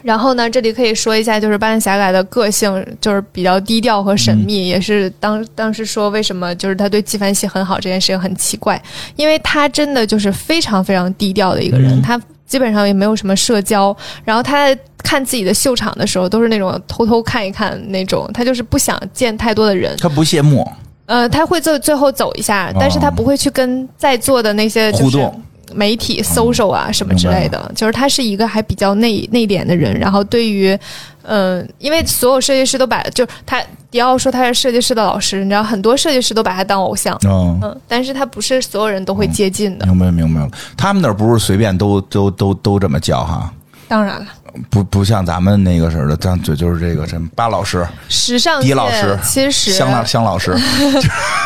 然后呢，这里可以说一下，就是巴伦西亚嘎的个性就是比较低调和神秘，
嗯
也是当当时说为什么就是他对纪梵希很好这件事情很奇怪，因为他真的就是非常非常低调的一个人，
嗯
他基本上也没有什么社交，然后他看自己的秀场的时候都是那种偷偷看一看那种，他就是不想见太多的人，
他不谢幕，
呃，他会最最后走一下，但是他不会去跟在座的那些、就是、
哦互动。
媒
嗯
体、social 啊什么之类的，就是他是一个还比较内内敛的人。然后对于，嗯、因为所有设计师都把，就是他迪奥说他是设计师的老师，你知道很多设计师都把他当偶像，
嗯，
嗯，但是他不是所有人都会接近的。
明白明白了。他们那儿不是随便都都都都这么叫哈，
当然了，
不不像咱们那个似的，咱就就是这个什么巴老师、
时尚
迪
界
老师
其实
香老 香老师，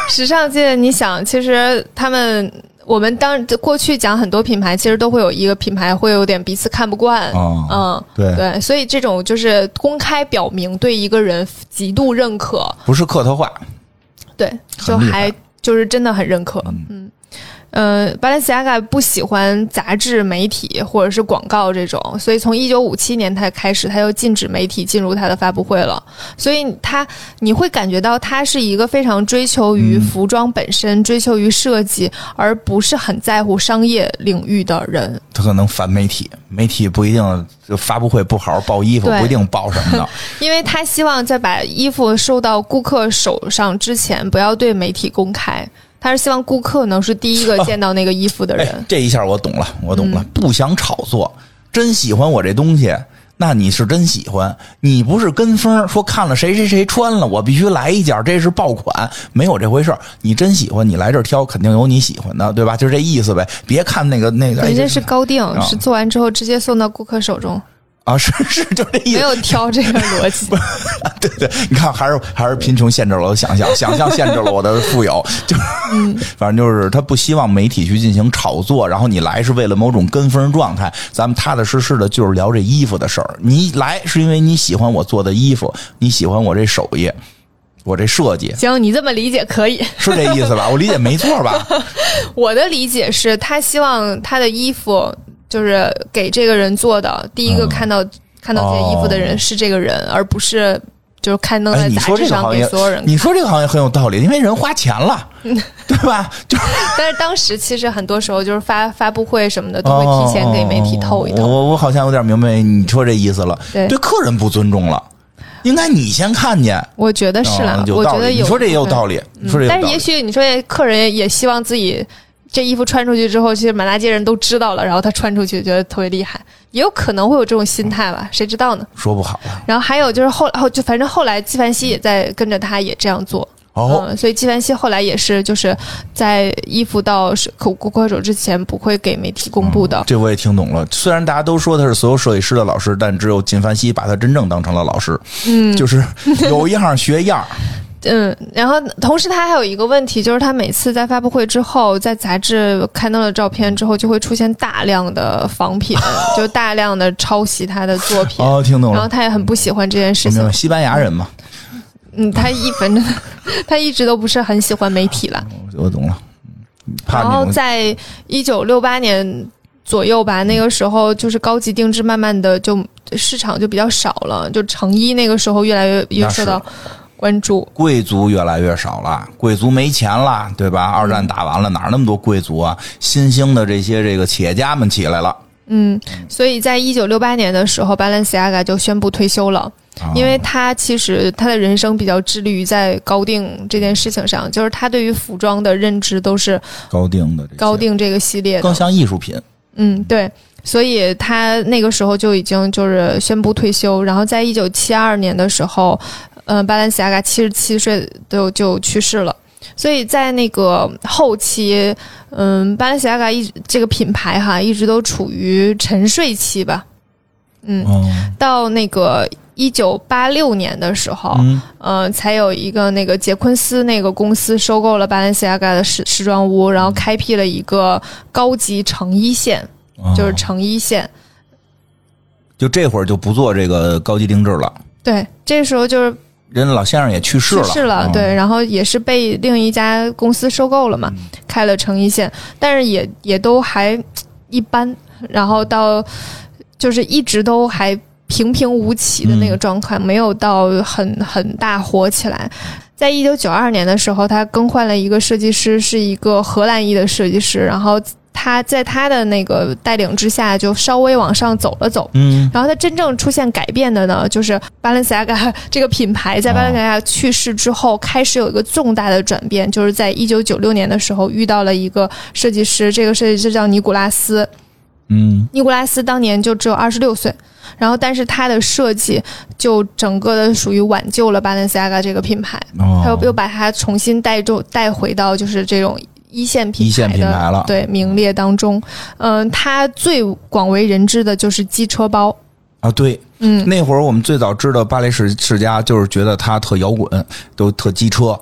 时尚界，你想，其实他们。我们当过去讲很多品牌，其实都会有一个品牌会有点彼此看不惯，
哦
嗯，
对
对，所以这种就是公开表明对一个人极度认可，
不是客套话，
对，就
很厉
还
害
就是真的很认可，嗯。呃，巴伦西亚嘎不喜欢杂志、媒体或者是广告这种，所以从一九五七年他开始，他又禁止媒体进入他的发布会了。所以他你会感觉到他是一个非常追求于
嗯
服装本身、追求于设计，而不是很在乎商业领域的人。
他可能反媒体，媒体不一定就发布会不好好报衣服，
对
不一定报什么的。
因为他希望在把衣服收到顾客手上之前，不要对媒体公开。他是希望顾客能是第一 个见到那个衣服的人。嗯
哎，这一下我懂了，我懂了，不想炒作，真喜欢我这东西。那你是真喜欢，你不是跟风说看了谁谁谁穿了，我必须来一件，这是爆款，没有这回事儿。你真喜欢，你来这儿挑，肯定有你喜欢的，对吧？就是这意思呗。别看那个那个，哎
人家
这
是高定，
啊
是做完之后直接送到顾客手中，
啊，是是，就这意
没
思。
有挑这个逻辑。
对 对，你看，还是还是贫穷限制了我的想象，想象限制了我的富有， 就是，反正就是他不希望媒体去进行炒作，然后你来是为了某种跟风状态，咱们踏踏实实的就是聊这衣服的事儿。你来是因为你喜欢我做的衣服，你喜欢我这手艺，我这设计，
行，你这么理解可以。
是这意思吧？我理解没错 吧？
我的理解是他希望他的衣服就是给这个人做的，第一个
嗯
看到、看到这件衣服的人
哦
是这个人，而不是就是刊登
哎，
在
你
杂
说
志
这个
上
行
给
业
所有人，看。
你说这个行业很有道理，因为人花钱 了，对吧？就
但是当时其实很多时候就是发发布会什么的都会提前给媒体透一
哦
透。
我我好像有点明白你说这意思了，
对
客人不尊重了，应该你先看见。
我觉得是啦
嗯，有
我
道
觉
理
得有
你说这也有
部分
道理，你说这也有
但是
道理
也许你说客人也也希望自己这衣服穿出去之后，其实满大街人都知道了，然后他穿出去觉得特别厉害，也有可能会有这种心态吧，谁知道呢？
说不好了。
然后还有就是后后就反正后来纪梵希也在跟着他也这样做，
哦，
嗯，所以纪梵希后来也是就是在衣服到是顾顾客手之前不会给媒体公布的，
这我也听懂了。虽然大家都说他是所有设计师的老师，但只有金凡希把他真正当成了老师。嗯，就是有样学样。
嗯，然后同时他还有一个问题，就是他每次在发布会之后，在杂志刊登了照片之后，就会出现大量的仿品，就大量的抄袭他的作品。
哦，听懂
然后
了，
他也很不喜欢这件事
明白
情，
西班牙人嘛，
嗯，他一反正他一直都不是很喜欢媒体了。
我懂了，嗯怕
然
那
后
种
在一九六八年左右吧，那个时候就是高级定制慢慢的就市场就比较少了，就成衣那个时候越来越越
那
受
是
到关注。
贵族越来越少了，贵族没钱了，对吧？二战打完了，哪儿那么多贵族啊？新兴的这些这个企业家们起来了，
嗯，所以在一九六八年的时候，Balenciaga 就宣布退休了，
啊
因为他其实他的人生比较致力于在高定这件事情上，就是他对于服装的认知都是
高定的这些
高定这个系列
更
的。
像艺术品，
嗯，对，所以他那个时候就已经就是宣布退休，然后在一九七二年的时候，呃，巴兰西亚嘎七十七岁就就去世了。所以在那个后期，嗯，巴兰西亚嘎一直这个品牌哈，一直都处于沉睡期吧。嗯，
嗯
到那个一九八六年的时候，
嗯，
呃，才有一个那个杰昆斯那个公司收购了巴兰西亚嘎的时时装屋，然后开辟了一个高级成衣线，
哦
就是成衣线。
就这会儿就不做这个高级定制了，
对，这时候就是
人老先生也去世
去
了，
世了，
嗯
对，然后也是被另一家公司收购了嘛，开了成衣线，但是也也都还嘖一般，然后到就是一直都还平平无奇的那
嗯
个状态，没有到很很大火起来。在一九九二年的时候，他更换了一个设计师，是一个荷兰裔的设计师，然后他在他的那个带领之下，就稍微往上走了走。
嗯，
然后它真正出现改变的呢，就是 Balenciaga 这个品牌在
哦
Balenciaga 去世之后，开始有一个重大的转变，就是在一九九六年的时候遇到了一个设计师，这个设计师叫尼古拉斯。
嗯
尼古拉斯当年就只有二十六岁，然后但是他的设计就整个的属于挽救了 Balenciaga 这个品牌，
哦，
他又又把它重新带住带回到就是这种。一线品
一线
牌
品牌
的
了
对名列当中，嗯、他最广为人知的就是机车包，
啊，对，
嗯，
那会儿我们最早知道巴黎世世家，就是觉得他特摇滚，都特机车，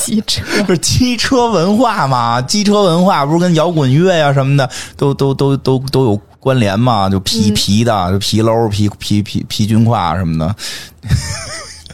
机车。
不是机车文化嘛？机车文化不是跟摇滚乐呀、什么的都都都都都有关联嘛？就皮皮的，
嗯
就皮褛、皮皮皮皮军胯什么的，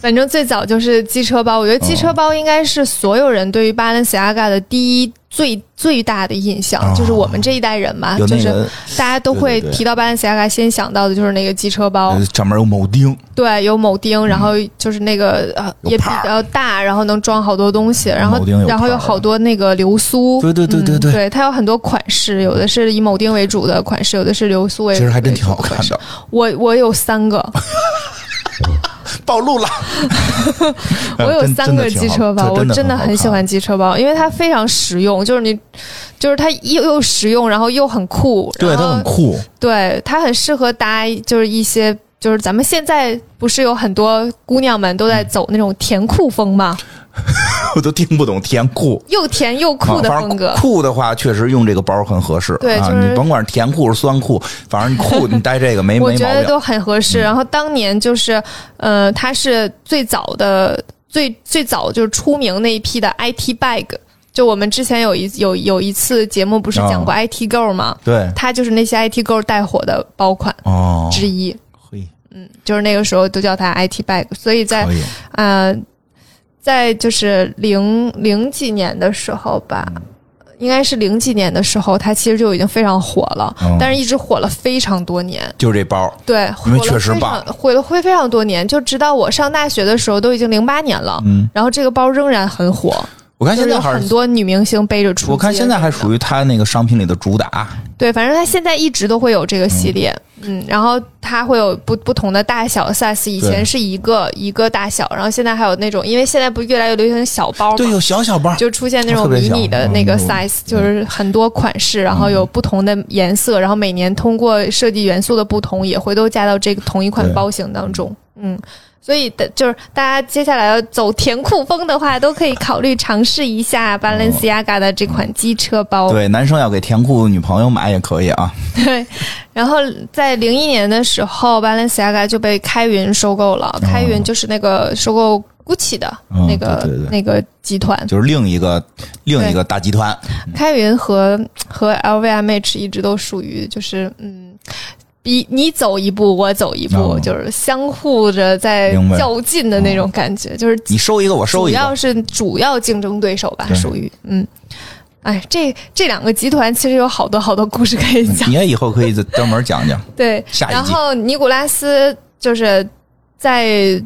反正最早就是机车包，我觉得机车包应该是所有人对于巴伦西亚嘎的第一最最大的印象，
哦
就是我们这一代人嘛，
有
就
那
是
个、
大家都会
对对对
提到巴伦西亚嘎，先想到的就是那个机车包，
呃上面有铆钉，
对，有铆钉，然后就是那个呃
嗯有
也比
帕儿
较大，然后能装好多东西，然后
铆钉有
然后
帕儿
有好多那个流苏，
对对对对
嗯
对
对，它有很多款式，有的是以铆钉为主的款式，有的是流苏为，
其实还真挺好看
为主
的
款式。。我我有三个，
暴露了， 嗯呃
我有三个机车包，我
真
真的很喜欢机车包，因为它非常实用，就是你，就是它又又实用，然后又很酷，
对，
然
它
后
很酷，
对它很适合搭，就是一些就是咱们现在不是有很多姑娘们都在走那种甜酷风嘛，
嗯我都听不懂甜酷。
又甜又酷的
啊
风格
反正。酷的话，确实用这个包很合适。
对
啊，
就是
你甭管是甜酷是酸酷，反正你酷你带这个 没
我
没
觉
毛
得
病。嗯
都很合适。然后当年就是，呃，它是最早的最最早就是出名那一批的 IT bag。就我们之前有一有有一次节目不是
啊
讲过 IT girl 吗？
对，
它就是那些 IT girl 带火的包款
哦，
之一，
嘿，
就是那个时候都叫它 IT bag。所以在
可以，
呃，在就是零零几年的时候吧，
嗯
应该是零几年的时候，它其实就已经非常火了，
嗯
但是一直火了非常多年。
就这包。
对，
因为
火了
确实
非
棒
常火了会非常多年，就直到我上大学的时候，都已经零八年了，
嗯
然后这个包仍然很火，
我看
就
现
是
在
有
还是
很多啊女明星背着出街。
我看现在还属
于
于它那个商品里的主打，
对，反正它现在一直都会有这个系列，嗯然后它会有不不同的大小 size，以前
对
是一个一个大小，然后现在还有那种，因为现在不越来越流行小包
对，
嘛。
有小小包，
就出现那种
特别
迷
小
你的那个
嗯
size，就是很多款式，然后有不同的颜色，然后每年通过设计元素的不同，也会都加到这个同一款
对
包型当中。嗯，所以的就是大家接下来要走甜酷风的话，都可以考虑尝试一下
嗯
Balenciaga 的这款机车包。
对，男生要给甜酷女朋友买也可以啊。
对，然后在零一年的时候，Balenciaga 就被开云收购了。开云就是那个收购 GUCCI 的
嗯
那个、
对对对
那个集团，
就是另一个另一个大集团，
开云和和 LVMH 一直都属于就是嗯。比你走一步，我走一步，
哦
就是相互着在
明白
较劲的那种感觉，就是
你收一个我哦收
主
一
要
个，
是主要竞争对手吧，
对
属于嗯，哎，这这两个集团其实有好多好多故事可以讲
你，也以后可以再专门 讲讲。
对。
下一
然
季
后尼古拉斯就是在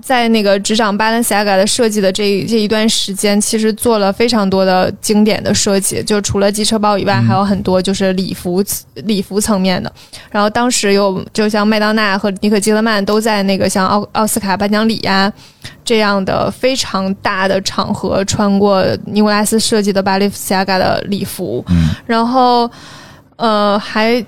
在那个执掌巴伦西亚嘎的设计的这一这一段时间，其实做了非常多的经典的设计，就除了机车包以
嗯
外，还有很多就是礼服礼服层面的。然后当时有就像麦当娜和尼可基德曼都在那个像奥奥斯卡颁奖礼呀、这样的非常大的场合穿过尼古拉斯设计的巴黎西亚嘎的礼服。
嗯，
然后呃还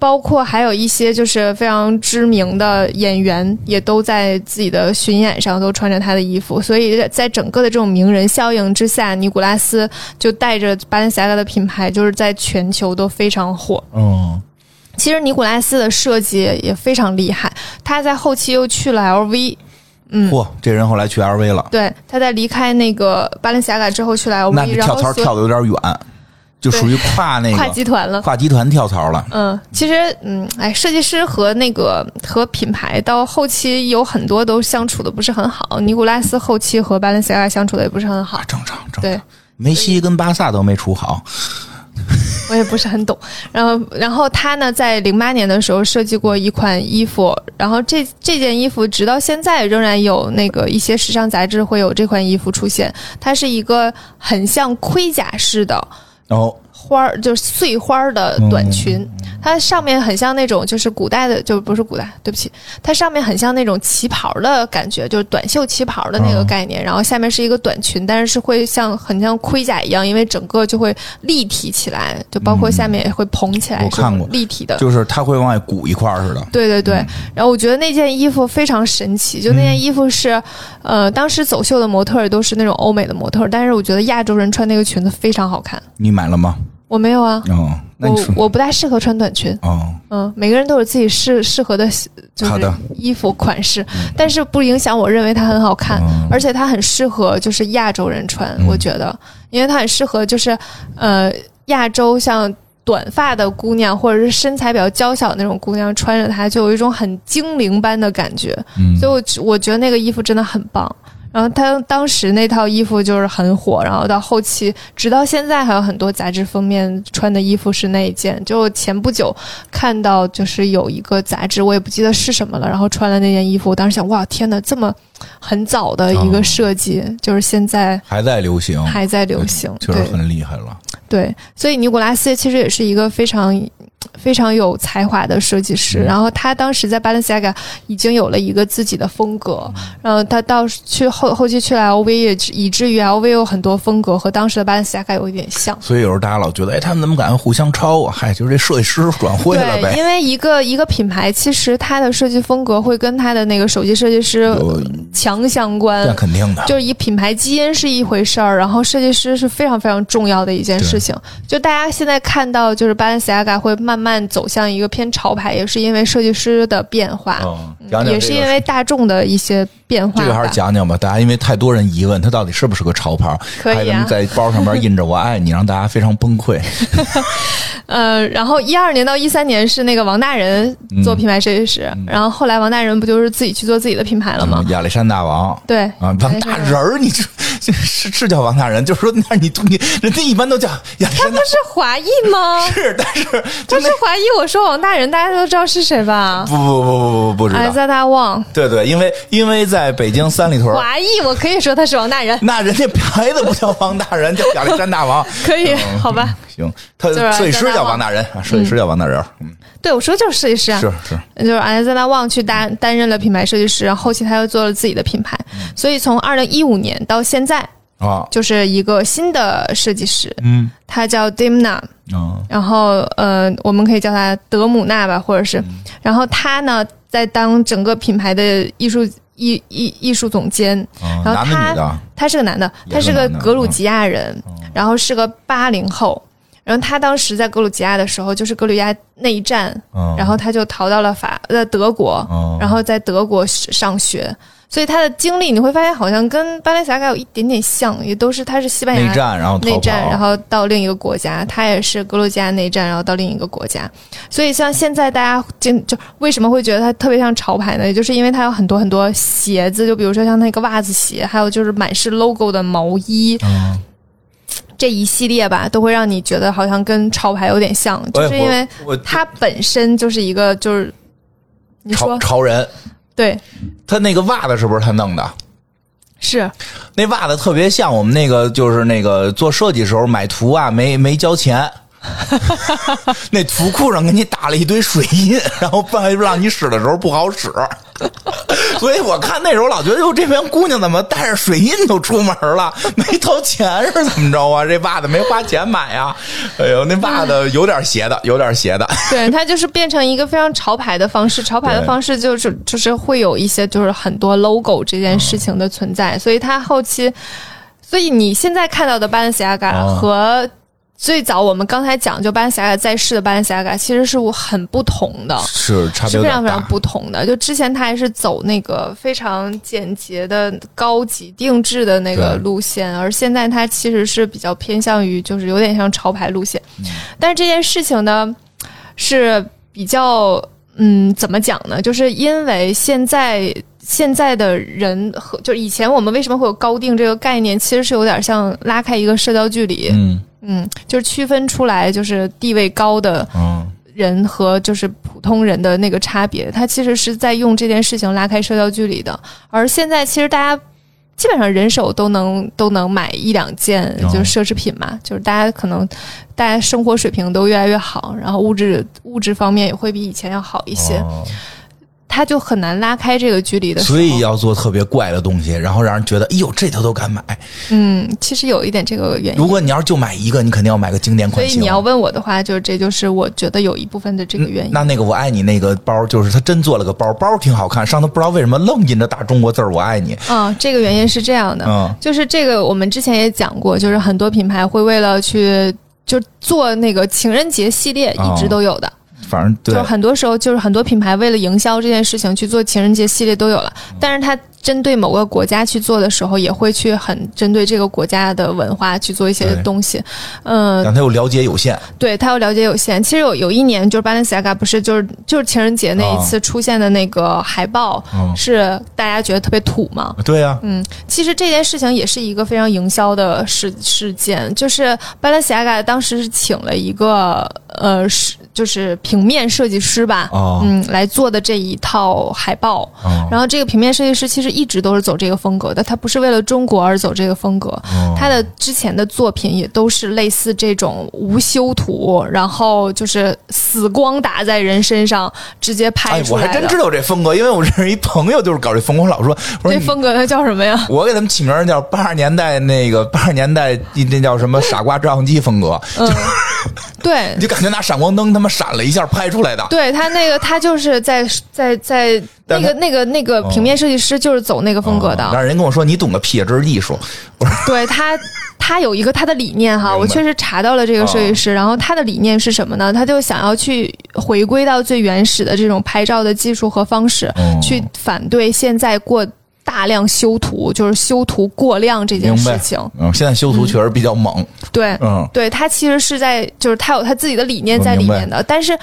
包括还有一些就是非常知名的演员，也都在自己的巡演上都穿着他的衣服，所以在整个的这种名人效应之下，尼古拉斯就带着巴伦西亚嘎的品牌，就是在全球都非常火。
哦，
其实尼古拉斯的设计也非常厉害，他在后期又去了 LV，嗯
嚯，这人后来去 LV 了，
对，他在离开那个巴伦西亚嘎之后去了
那
LV，
这
然
跳
后
槽
所
跳的有点远，就属于跨那
跨
个
集团了。
跨集团跳槽了。
嗯，其实，嗯，哎，设计师和那个和品牌到后期有很多都相处的不是很好。尼古拉斯后期和巴伦西亚嘎相处的也不是很好
啊，，正常正常。
对
梅西跟巴萨都没处好，
我也不是很懂。然后，然后他呢，在零八年的时候设计过一款衣服，然后这这件衣服直到现在仍然有那个一些时尚杂志会有这款衣服出现。它是一个很像盔甲式的，
然后
花儿，就是碎花儿的短
嗯
裙，它上面很像那种就是古代的，就不是古代，对不起，它上面很像那种旗袍的感觉，就是短袖旗袍的那个
嗯
概念，然后下面是一个短裙，但是是会像很像盔甲一样，因为整个就会立体起来，就包括下面也会蓬起来，
嗯我看过
这种立体的。
就是嗯他会往外鼓一块儿似的，
对对对，然后我觉得那件衣服非常神奇，就那件衣服是，
嗯
呃，当时走秀的模特儿都是那种欧美的模特儿，但是我觉得亚洲人穿那个裙子非常好看。
你买了吗？
我没有啊，
哦，那你
我
说
我不大适合穿短裙，
哦，
嗯，每个人都有自己适适合的，就
好
是
的
衣服款式，但是不影响我认为它很好看，
嗯
而且它很适合就是亚洲人穿，我觉得，因为它很适合就是呃亚洲像短发的姑娘或者是身材比较娇小的那种姑娘穿着它就有一种很精灵般的感觉，
嗯
所以我觉我觉得那个衣服真的很棒。然后他当时那套衣服就是很火，然后到后期，直到现在还有很多杂志封面穿的衣服是那一件。就前不久看到，就是有一个杂志，我也不记得是什么了，然后穿了那件衣服，我当时想，哇，天哪，这么很早的一个设计，就是现在
还在流行，
还在流行，
确
对
实很厉害了。
对，所以尼古拉斯其实也是一个非常非常有才华的设计
嗯
师。然后他当时在巴伦西亚嘎已经有了一个自己的风格，
嗯
然后他到去后后期去了 LV，也以至于 LV 有很多风格和当时的巴伦西亚嘎有一点像。
所以有时候大家老觉得，哎，他们怎么敢互相抄啊？嗨，就是这设计师转会了
对，
呗。
因为一个一个品牌，其实它的设计风格会跟它的那个首席设计师
有
强相关
那。肯定的，
就是以品牌基因是一回事儿，然后设计师是非常非常重要的一件事情。就大家现在看到，就是巴伦西亚嘎会慢慢走向一个偏潮牌，也是因为设计师的变化，
嗯，讲讲
啊也
这
是
个
因为大众的一些变化
这个还
吧
是。讲讲吧，大家因为太多人疑问，他到底是不是个潮牌？
可以啊
还有人在包上面印着“我爱你”，让大家非常崩 溃。
呃，然后一二年到一三年是那个王大仁
嗯
做品牌设计师，然后后来王大仁不就是自己去做自己的品牌了吗？
嗯亚历山大王，
对，
啊，王大人儿，你这这 是是叫王大人，就是说，那你你人家一般都叫亚
他
历 山
不
大，
是华裔吗？
是，但是
他
就是那
华裔。我说王大仁，大家都知道是谁吧？
不不不不不不知
哎，
道，
在大旺，
对对，因为因为在北京三里屯儿，
华裔，我可以说他是王大仁，
那人家牌子不叫王大人，叫亚历山大王。
可以，好吧？
行，他
就是
设
亚历
计师
山大
叫
王
王大人，啊设计师叫王大人儿，嗯，
对，我说就是设计师啊，
是是，
就是 Alexander Wang 去担担任了品牌设计师，然后后期他又做了自己的品牌，所以从二零一五年到现在，
啊，
就是一个新的设计师，
嗯
他叫 Dimna，
啊，
然后呃，我们可以叫他德姆纳吧，或者是，然后他呢在当整个品牌的艺术艺艺艺术总监，
啊
然后
男的
他
女的，
他是个男的，
也
他
是
是
个
个
男的嗯
格鲁吉亚人，然后是个八零后。然后他当时在格鲁吉亚的时候，就是格鲁吉亚内战，
嗯
然后他就逃到了法呃德国
哦，
然后在德国上学。所以他的经历你会发现好像跟巴雷萨卡有一点点像，也都是他是西班
内
牙
战，然后逃
内
跑，
战，然后到另一个国家，他也是格鲁吉亚内战，然后到另一个国家。所以像现在大家经就为什么会觉得他特别像潮牌呢？也就是因为他有很多很多鞋子，就比如说像那个袜子鞋，还有就是满是 logo 的毛衣，
嗯
这一系列吧，都会让你觉得好像跟潮牌有点像，就是因为
哎我我
它本身就是一个就是你
潮
说
潮人，
对
他那个袜子是不是他弄的？
是
那袜子特别像我们那个，就是那个做设计时候买图啊，没没交 钱，那图库上给你打了一堆水印，然后半让你使的时候不好使， 所以我看那时候老觉得，哟，这帮姑娘怎么带着水印都出门了？没掏钱是怎么着啊？这袜子没花钱买啊？哎呦，那袜子有点邪的，有点邪的，
对，它就是变成一个非常潮牌的方式。潮牌的
对
方式就是就是会有一些就是很多 logo 这件
嗯
事情的存在，所以它后期，所以你现在看到的巴伦西亚嘎
嗯
和最早我们刚才讲就巴伦西亚嘎在世的巴伦西亚嘎其实是很不同的。
是差
是非常非常不同的。就之前他还是走那个非常简洁的高级定制的那个
对
路线，而现在他其实是比较偏向于就是有点像潮牌路线。
嗯
但是这件事情呢是比较嗯怎么讲呢？就是因为现在。现在的人和就是以前我们为什么会有高定这个概念，其实是有点像拉开一个社交距离，
嗯
嗯，就是区分出来就是地位高的
嗯，
人和就是普通人的那个差别，他其实是在用这件事情拉开社交距离的。而现在其实大家基本上人手都能都能买一两件
哦
就是奢侈品嘛，就是大家可能大家生活水平都越来越好，然后物质物质方面也会比以前要好一些，他就很难拉开这个距离的时候。
哦所以要做特别怪的东西，然后让人觉得，哎呦，这他都敢买。
嗯，其实有一点这个原因
如。果你要是就买一个，你肯定要买个经典
所
款
以
型。嗯
你要问我的话，就是这就是我觉得有一部分的这个原因。
那那个我爱你那个包，就是他真做了个包，包挺好看，上头不知道为什么愣印着大中国字儿“我爱你
啊、这个原因是这样的，
嗯
就是这个我们之前也讲过，就是很多品牌会为了去就做那个情人节系列，
哦
一直都有的。”，
反正
就是，
对
很多时候就是很多品牌为了营销这件事情去做情人节系列都有了，
嗯
但是它针对某个国家去做的时候，也会去很针对这个国家的文化去做一些
对
东西。嗯，
但他又了解有限，
对他有了解有限。其实有有一年，就是巴伦西亚嘎不是就是就是情人节那
哦
一次出现的那个海报，
嗯
是大家觉得特别土嘛？
对啊呀、
嗯，其实这件事情也是一个非常营销的事事件，就是巴伦西亚嘎当时是请了一个呃是就是平面设计师吧，
哦
嗯，来做的这一套海报。
嗯
然后这个平面设计师其实一直都是走这个风格的，他不是为了中国而走这个风格，
哦
他的之前的作品也都是类似这种无修图，然后就是死光打在人身上直接拍
哎，
出
我还
来
真
的。
知道这风格，因为我认识一朋友就是搞这风格，我老说，我说
这
你。
风格它叫什么呀？
我给他们起名儿叫八十年代那个 八十年代那叫什么傻瓜照相机风格，
嗯对
你，就感觉拿闪光灯他妈闪了一下拍出来的。
对他那个，他就是在在在那
但
个
他哦
那个那个平面设计师就是走那个风格的，
但哦是人跟我说你懂个屁，这是艺术。
对他。他有一个他的理念哈，
明白哦
我确实查到了这个设计师。然后他的理念是什么呢？他就想要去回归到最原始的这种拍照的技术和方式，
哦
去反对现在过大量修图，就是修图过量这件
明
事
白
情。
嗯，现在修图确实比较猛。
对，
嗯，
对他其实是在，就是他有他自己的理念在里面的。但是，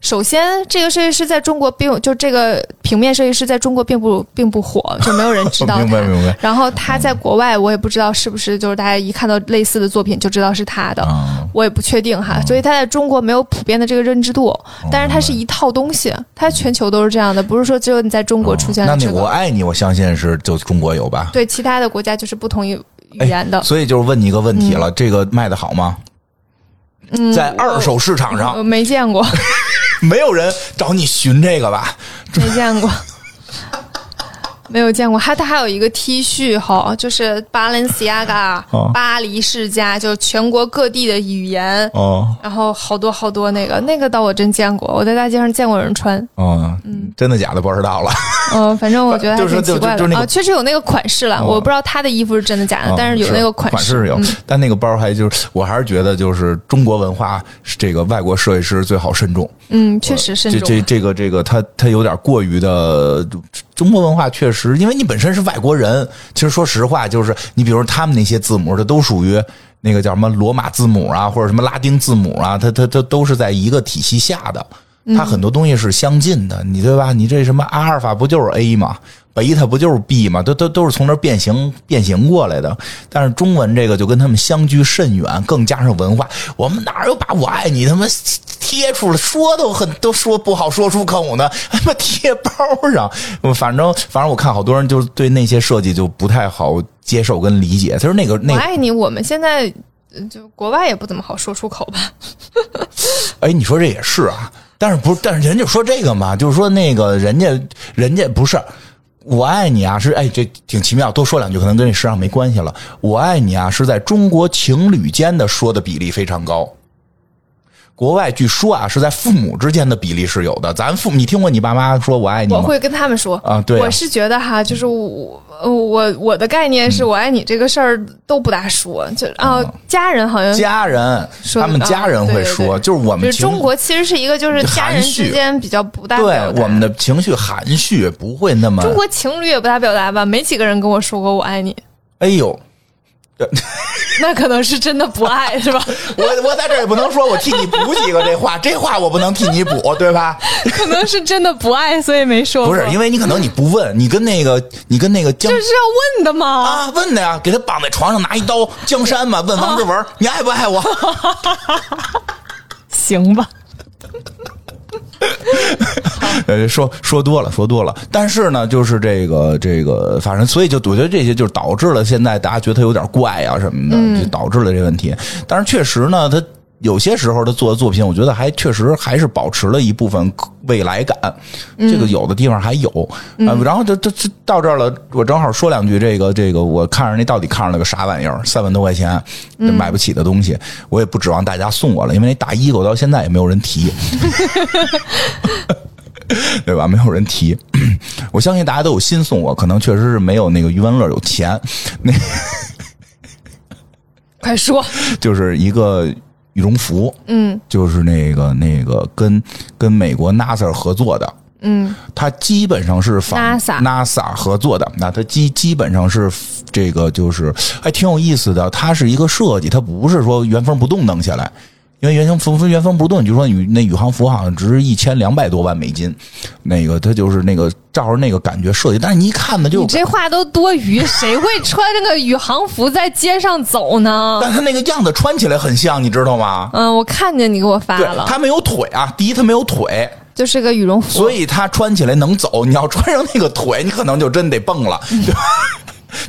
首先这个设计师在中国并就这个平面设计师在中国并不并不火， 就没有人知道
明白
他。
明白。
然后他在国外，我也不知道是不是就是大家一看到类似的作品就知道是他的，
嗯，
我也不确定哈。所以他在中国没有普遍的这个认知度，
哦
但是它是一套东西，它全球都是这样的，不是说只有你在中国出现
哦那
了
你
这
我
个，
爱你，我相信是就中国有吧？
对其他的国家就是不同语语言的。
哎
嗯
所以就是问你一个问题了，这个卖的好吗？在二手市场上
我，没见 过，
没有人找你寻这个吧？
没见过，没有见过。还它还有一个 T 恤哈，就是巴伦西亚嘎
哦、
巴黎世家，就全国各地的语言，
哦
然后好多好多那个那个倒我真见过，我在大街上见过有人穿。
哦，真的假的不知道了。
嗯、反正我觉得还
呃就是
挺
就
奇怪的
就就那个
啊，确实有那个款式了，
哦
我不知道他的衣服是真的假的，
啊
但是有那个
款
式。嗯
有，但那个包还就是，我还是觉得就是中国文化，这个外国设计师最好慎重。
嗯，确实慎
这
重。
这这个这个，他他有点过于的中国文化确实，因为你本身是外国人，其实说实话，就是你比如他们那些字母，这都属于那个叫什么罗马字母啊，或者什么拉丁字母啊，它它它都是在一个体系下的，
嗯
它很多东西是相近的，你对吧？你这什么阿尔法不就是 A 吗？贝塔不就是 B 吗？都都都是从这儿变形变形过来的。但是中文这个就跟他们相距甚远，更加上文化，我们哪有把我爱你他妈贴出来说都很都说不好说出口呢？他妈贴包上，我反正反正我看好多人就是对那些设计就不太好接受跟理解。他说那个那
我
个
爱你，我们现在呃就国外也不怎么好说出口吧？
哎，你说这也是啊，但是不是？但是人家说这个嘛，就是说那个人家人家不是我爱你啊，是哎，这挺奇妙。多说两句可能跟这时尚没关系了。我爱你啊，是在中国情侣间的说的比例非常高。国外据说啊，是在父母之间的比例是有的。咱父，你听过你爸妈说我爱你
我
吗？
会跟他们说
嗯啊对啊
我是觉得哈，就是我呃我我的概念是我爱你这个事儿都不大说，就啊家人好像
嗯家人，
说
他们
啊
家人
对
会
对对
说，就是我
就
们
是
情
中国其实是一个就是家人
含蓄
之间比较不大
对
表达
我们的情绪含蓄，不会那么
中国情侣也不大表达吧，没几个人跟我说过我爱你，
哎呦。
那可能是真的不爱 是吧？
我我在这儿也不能说我替你补几个这话，这话我不能替你补，对吧？
可能是真的不爱，所以没说
不
过。
是，因为你可能你不问，你跟那个你跟那个江
这是要问的吗？
啊问的呀，给他绑在床上拿一刀，江山嘛，问王志文，你爱不爱我？
行吧，
呃，说说多了，说多了。但是呢，就是这个这个，反正所以就我觉得这些就是导致了现在大家觉得它有点怪啊什么的，就导致了这问题。但是确实呢，它有些时候他做的作品，我觉得还确实还是保持了一部分未来感，这个有的地方还有。啊，然后这这这到这儿了，我正好说两句这个这个，我看上那到底看上了个啥玩意儿，三万多块钱这买不起的东西，我也不指望大家送我了，因为那大衣我到现在也没有人提。对吧？没有人提， 我相信大家都有心送我，可能确实是没有那个余文乐有钱，那
快说，
就是一个羽绒服，
嗯
就是那个那个跟跟美国 NASA 合作的，
嗯，
它基本上是仿
NASA
NASA 合作的，那它基基本上是这个就是还挺有意思的，它是一个设计，它不是说原封不动弄下来。因为原封不原封不动，你就说宇那宇航服好像值一千两百多万美金，那个它就是那个照着那个感觉设计，但是你一看呢就
你这话都多余，谁会穿着个宇航服在街上走呢？
但他那个样子穿起来很像，你知道吗？
嗯，我看见你给我发
对，
了，
他没有腿啊，第一他没有腿，
就是个羽绒服，
所以他穿起来能走。你要穿上那个腿，你可能就真得蹦了。对吧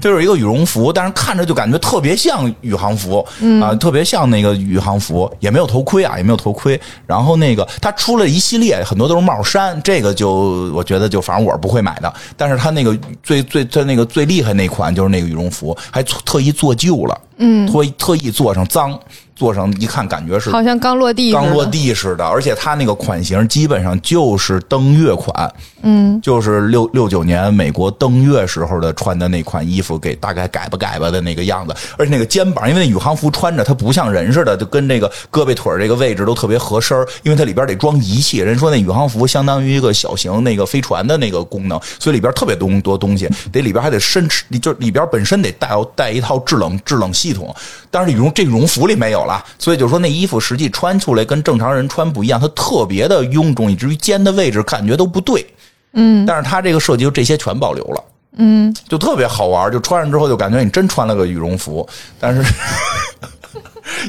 就是一个羽绒服，但是看着就感觉特别像宇航服，啊，特别像那个宇航服，也没有头盔啊，也没有头盔。然后那个他出了一系列，很多都是帽衫，这个就我觉得就反正我是不会买的。但是他那个最最最那个最厉害那款就是那个羽绒服，还特意做旧了，嗯，特意特意做成脏，做成一看感觉是
好像刚落地似的，
刚落地似的，而且它那个款型基本上就是登月款，嗯，就是六六九年美国登月时候的穿的那款衣服，给大概改吧改吧的那个样子，而且那个肩膀，因为那宇航服穿着它不像人似的，就跟这个胳膊腿儿这个位置都特别合身儿，因为它里边得装仪器。人说那宇航服相当于一个小型那个飞船的那个功能，所以里边特别多多东西，得里边还得深，就里边本身得带带一套制冷制冷系统，但是羽绒这羽绒服里没有了，所以就是说那衣服实际穿出来跟正常人穿不一样，它特别的臃肿，以至于肩的位置感觉都不对。嗯，但是它这个设计就这些全保留了。嗯，就特别好玩，就穿上之后就感觉你真穿了个羽绒服，但是。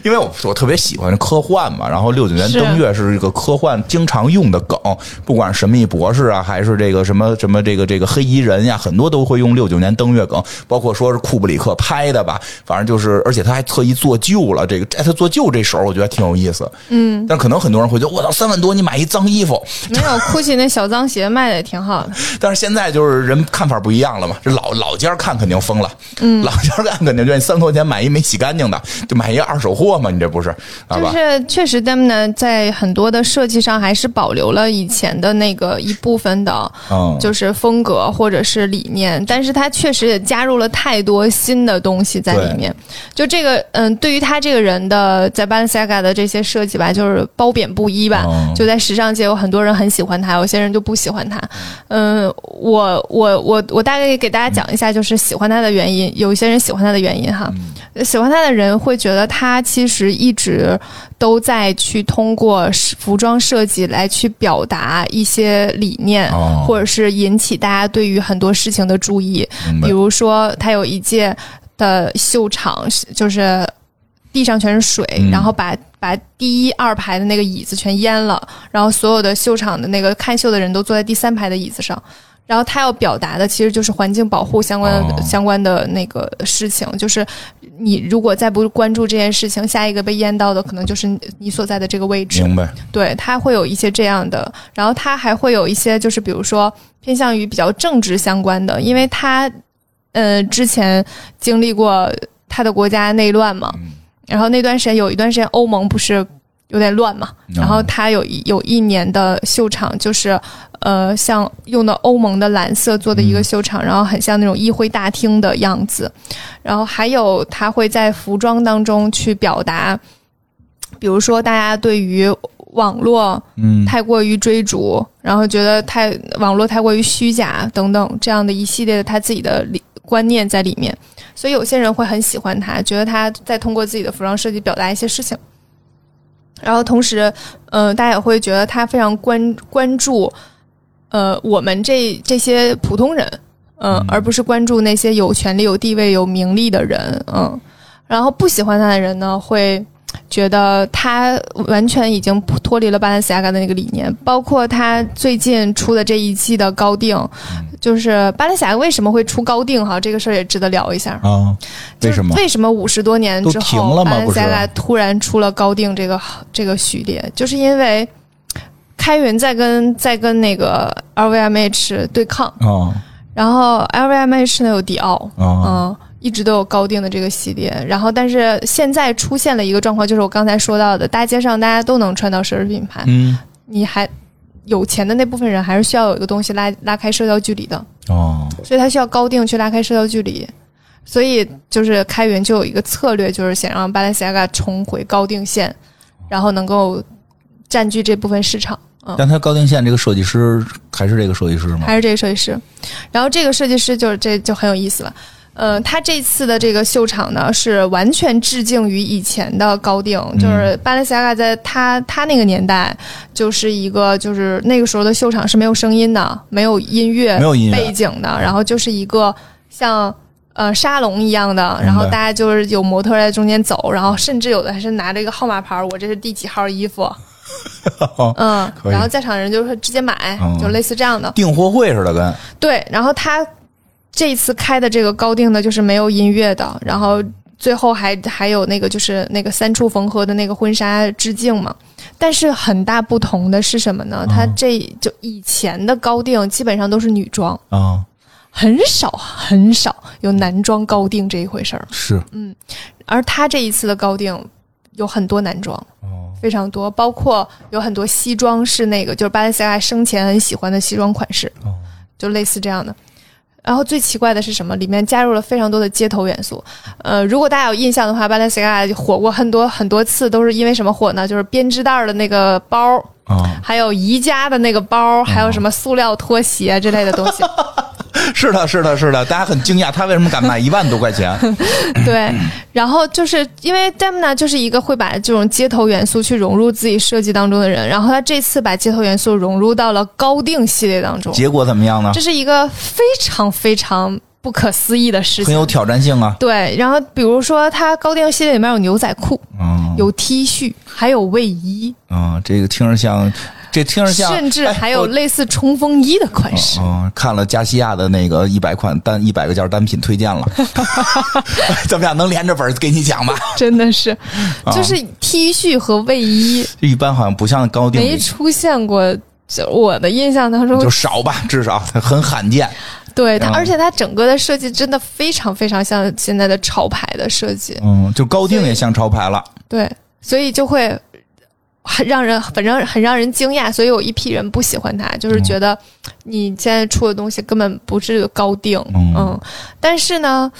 因为我我特别喜欢科幻嘛，然后六九年
是
登月是一个科幻经常用的梗，不管神秘博士啊，还是这个什么什么这个这个黑衣人呀，很多都会用六九年登月梗，包括说是库布里克拍的吧，反正就是，而且他还特意做旧了这个，哎，他做旧这手儿我觉得挺有意思，嗯，但可能很多人会觉得，我操，三万多你买一脏衣服，
没有 GUCCI 那小脏鞋卖的也挺好的，
但是现在就是人看法不一样了嘛，这老老家儿看肯定疯了，嗯，老家儿看肯定就你三块钱买一没洗干净的，就买一二手首货吗？你这不是， 好
就
吧？
是确实他们呢，在很多的设计上还是保留了以前的那个一部分的，
嗯，
就是风格或者是理念，但是它确实也加入了太多新的东西在里面。就这个，嗯，对于他这个人的在 Balenciaga 的这些设计吧，就是褒贬不一吧。
嗯
就在时尚界，有很多人很喜欢他，有些人就不喜欢他。嗯，我我我我大概给大家讲一下，就是喜欢他的原因，有一些人喜欢他的原因哈。
嗯
喜欢他的人会觉得他其实一直都在去通过是服装设计来去表达一些理念，
哦
或者是引起大家对于很多事情的注意。
明白
比如说，他有一届的秀场是就是。地上全是水，
嗯
然后把把第一二排的那个椅子全淹了，然后所有的秀场的那个看秀的人都坐在第三排的椅子上，然后他要表达的其实就是环境保护相关的、
哦
相关的那个事情，就是你如果再不关注这件事情，下一个被淹到的可能就是你你所在的这个位置。
明白，
对，他会有一些这样的，然后他还会有一些就是比如说偏向于比较政治相关的，因为他呃之前经历过他的国家内乱嘛，然后那段时间有一段时间欧盟不是有点乱嘛，然后他有一有一年的秀场就是呃像用的欧盟的蓝色做的一个秀场，然后很像那种议会大厅的样子，然后还有他会在服装当中去表达，比如说大家对于。网络
嗯，
太过于追逐，然后觉得太网络太过于虚假等等这样的一系列的他自己的理观念在里面，所以有些人会很喜欢他，觉得他在通过自己的服装设计表达一些事情。然后同时，呃，大家也会觉得他非常关关注，呃，我们这这些普通人，嗯，而不是关注那些有权利、有地位、有名利的人，嗯。然后不喜欢他的人呢，会觉得他完全已经脱离了巴兰西亚嘎的那个理念，包括他最近出的这一季的高定，就是巴兰西亚嘎为什么会出高定哈，这个事儿也值得聊一下。
啊，为什
嗯
么
就是？为什么五十多年之
都停
后，
了吗
巴兰
不
西
是
亚嘎突然出了高定这个这个序列？就是因为开云在跟在跟那个 LVMH 对抗，
啊
然后 LVMH 呢有迪奥，
啊，
嗯，一直都有高定的这个系列。然后，但是现在出现了一个状况，就是我刚才说到的，大街上大家都能穿到奢侈品牌，
嗯，
你还有钱的那部分人还是需要有一个东西拉拉开社交距离的，
哦，
所以他需要高定去拉开社交距离。所以就是开源就有一个策略，就是想让巴 a 西亚 a 重回高定线，然后能够占据这部分市场。嗯，
但他高定线这个设计师还是这个设计师吗？
还是这个设计师。然后这个设计师就是这就很有意思了。呃，他这次的这个秀场呢，是完全致敬于以前的高定，
嗯
就是巴伦西亚嘎在他他那个年代，就是一个就是那个时候的秀场是没有声音的，没有音乐，
没有音乐
背景的，然后就是一个像呃沙龙一样的，
白
然后大家就是有模特在中间走，然后甚至有的还是拿着一个号码牌儿，我这是第几号衣 服，嗯，
可以
然后在场人就说直接买，
嗯
就类似这样的。
订货会似的跟，
对，然后他这次开的这个高定呢，就是没有音乐的，然后最后还还有那个就是那个三处缝合的那个婚纱致敬嘛。但是很大不同的是什么呢？他这就以前的高定基本上都是女装，
啊，
很少很少有男装高定这一回事儿，
是
嗯而他这一次的高定有很多男装。
哦，
非常多，包括有很多西装是那个，就是巴伦西亚生前很喜欢的西装款式，
哦
就类似这样的。然后最奇怪的是什么？里面加入了非常多的街头元素。呃，如果大家有印象的话，巴伦西亚火过很多很多次，都是因为什么火呢？就是编织袋儿的那个包，
啊，
还有宜家的那个包，还有什么塑料拖鞋之类的东西。
是的，是的，是的，大家很惊讶，他为什么敢卖一万多块钱？
对，然后就是因为 Demna 就是一个会把这种街头元素去融入自己设计当中的人，然后他这次把街头元素融入到了高定系列当中，
结果怎么样呢
这？是一个非常非常不可思议的事
很
情。
有挑战性啊，
对，然后比如说它高定系列里面有牛仔裤、
嗯
有 T 恤，还有卫衣，
嗯，这个听着像，这听着像，
甚至
哎
还
我
有类似冲锋衣的款式。
嗯，看了加西亚的那个一百款单一百个件单品 推荐了，怎么样？能连着本儿给你讲吧？
真的是，
哦啊
就是 T 恤和卫衣
这一般好像不像高定
没
里，
出现过。就我的印象当中，
就少吧，至少很罕见。
对它，
嗯
而且它整个的设计真的非常非常像现在的潮牌的设计，
嗯，就高定也像潮牌了。
对，所以就会很让人，反正很让人惊讶。所以有一批人不喜欢它，就是觉得你现在出的东西根本不是高定，
嗯
嗯。但是呢，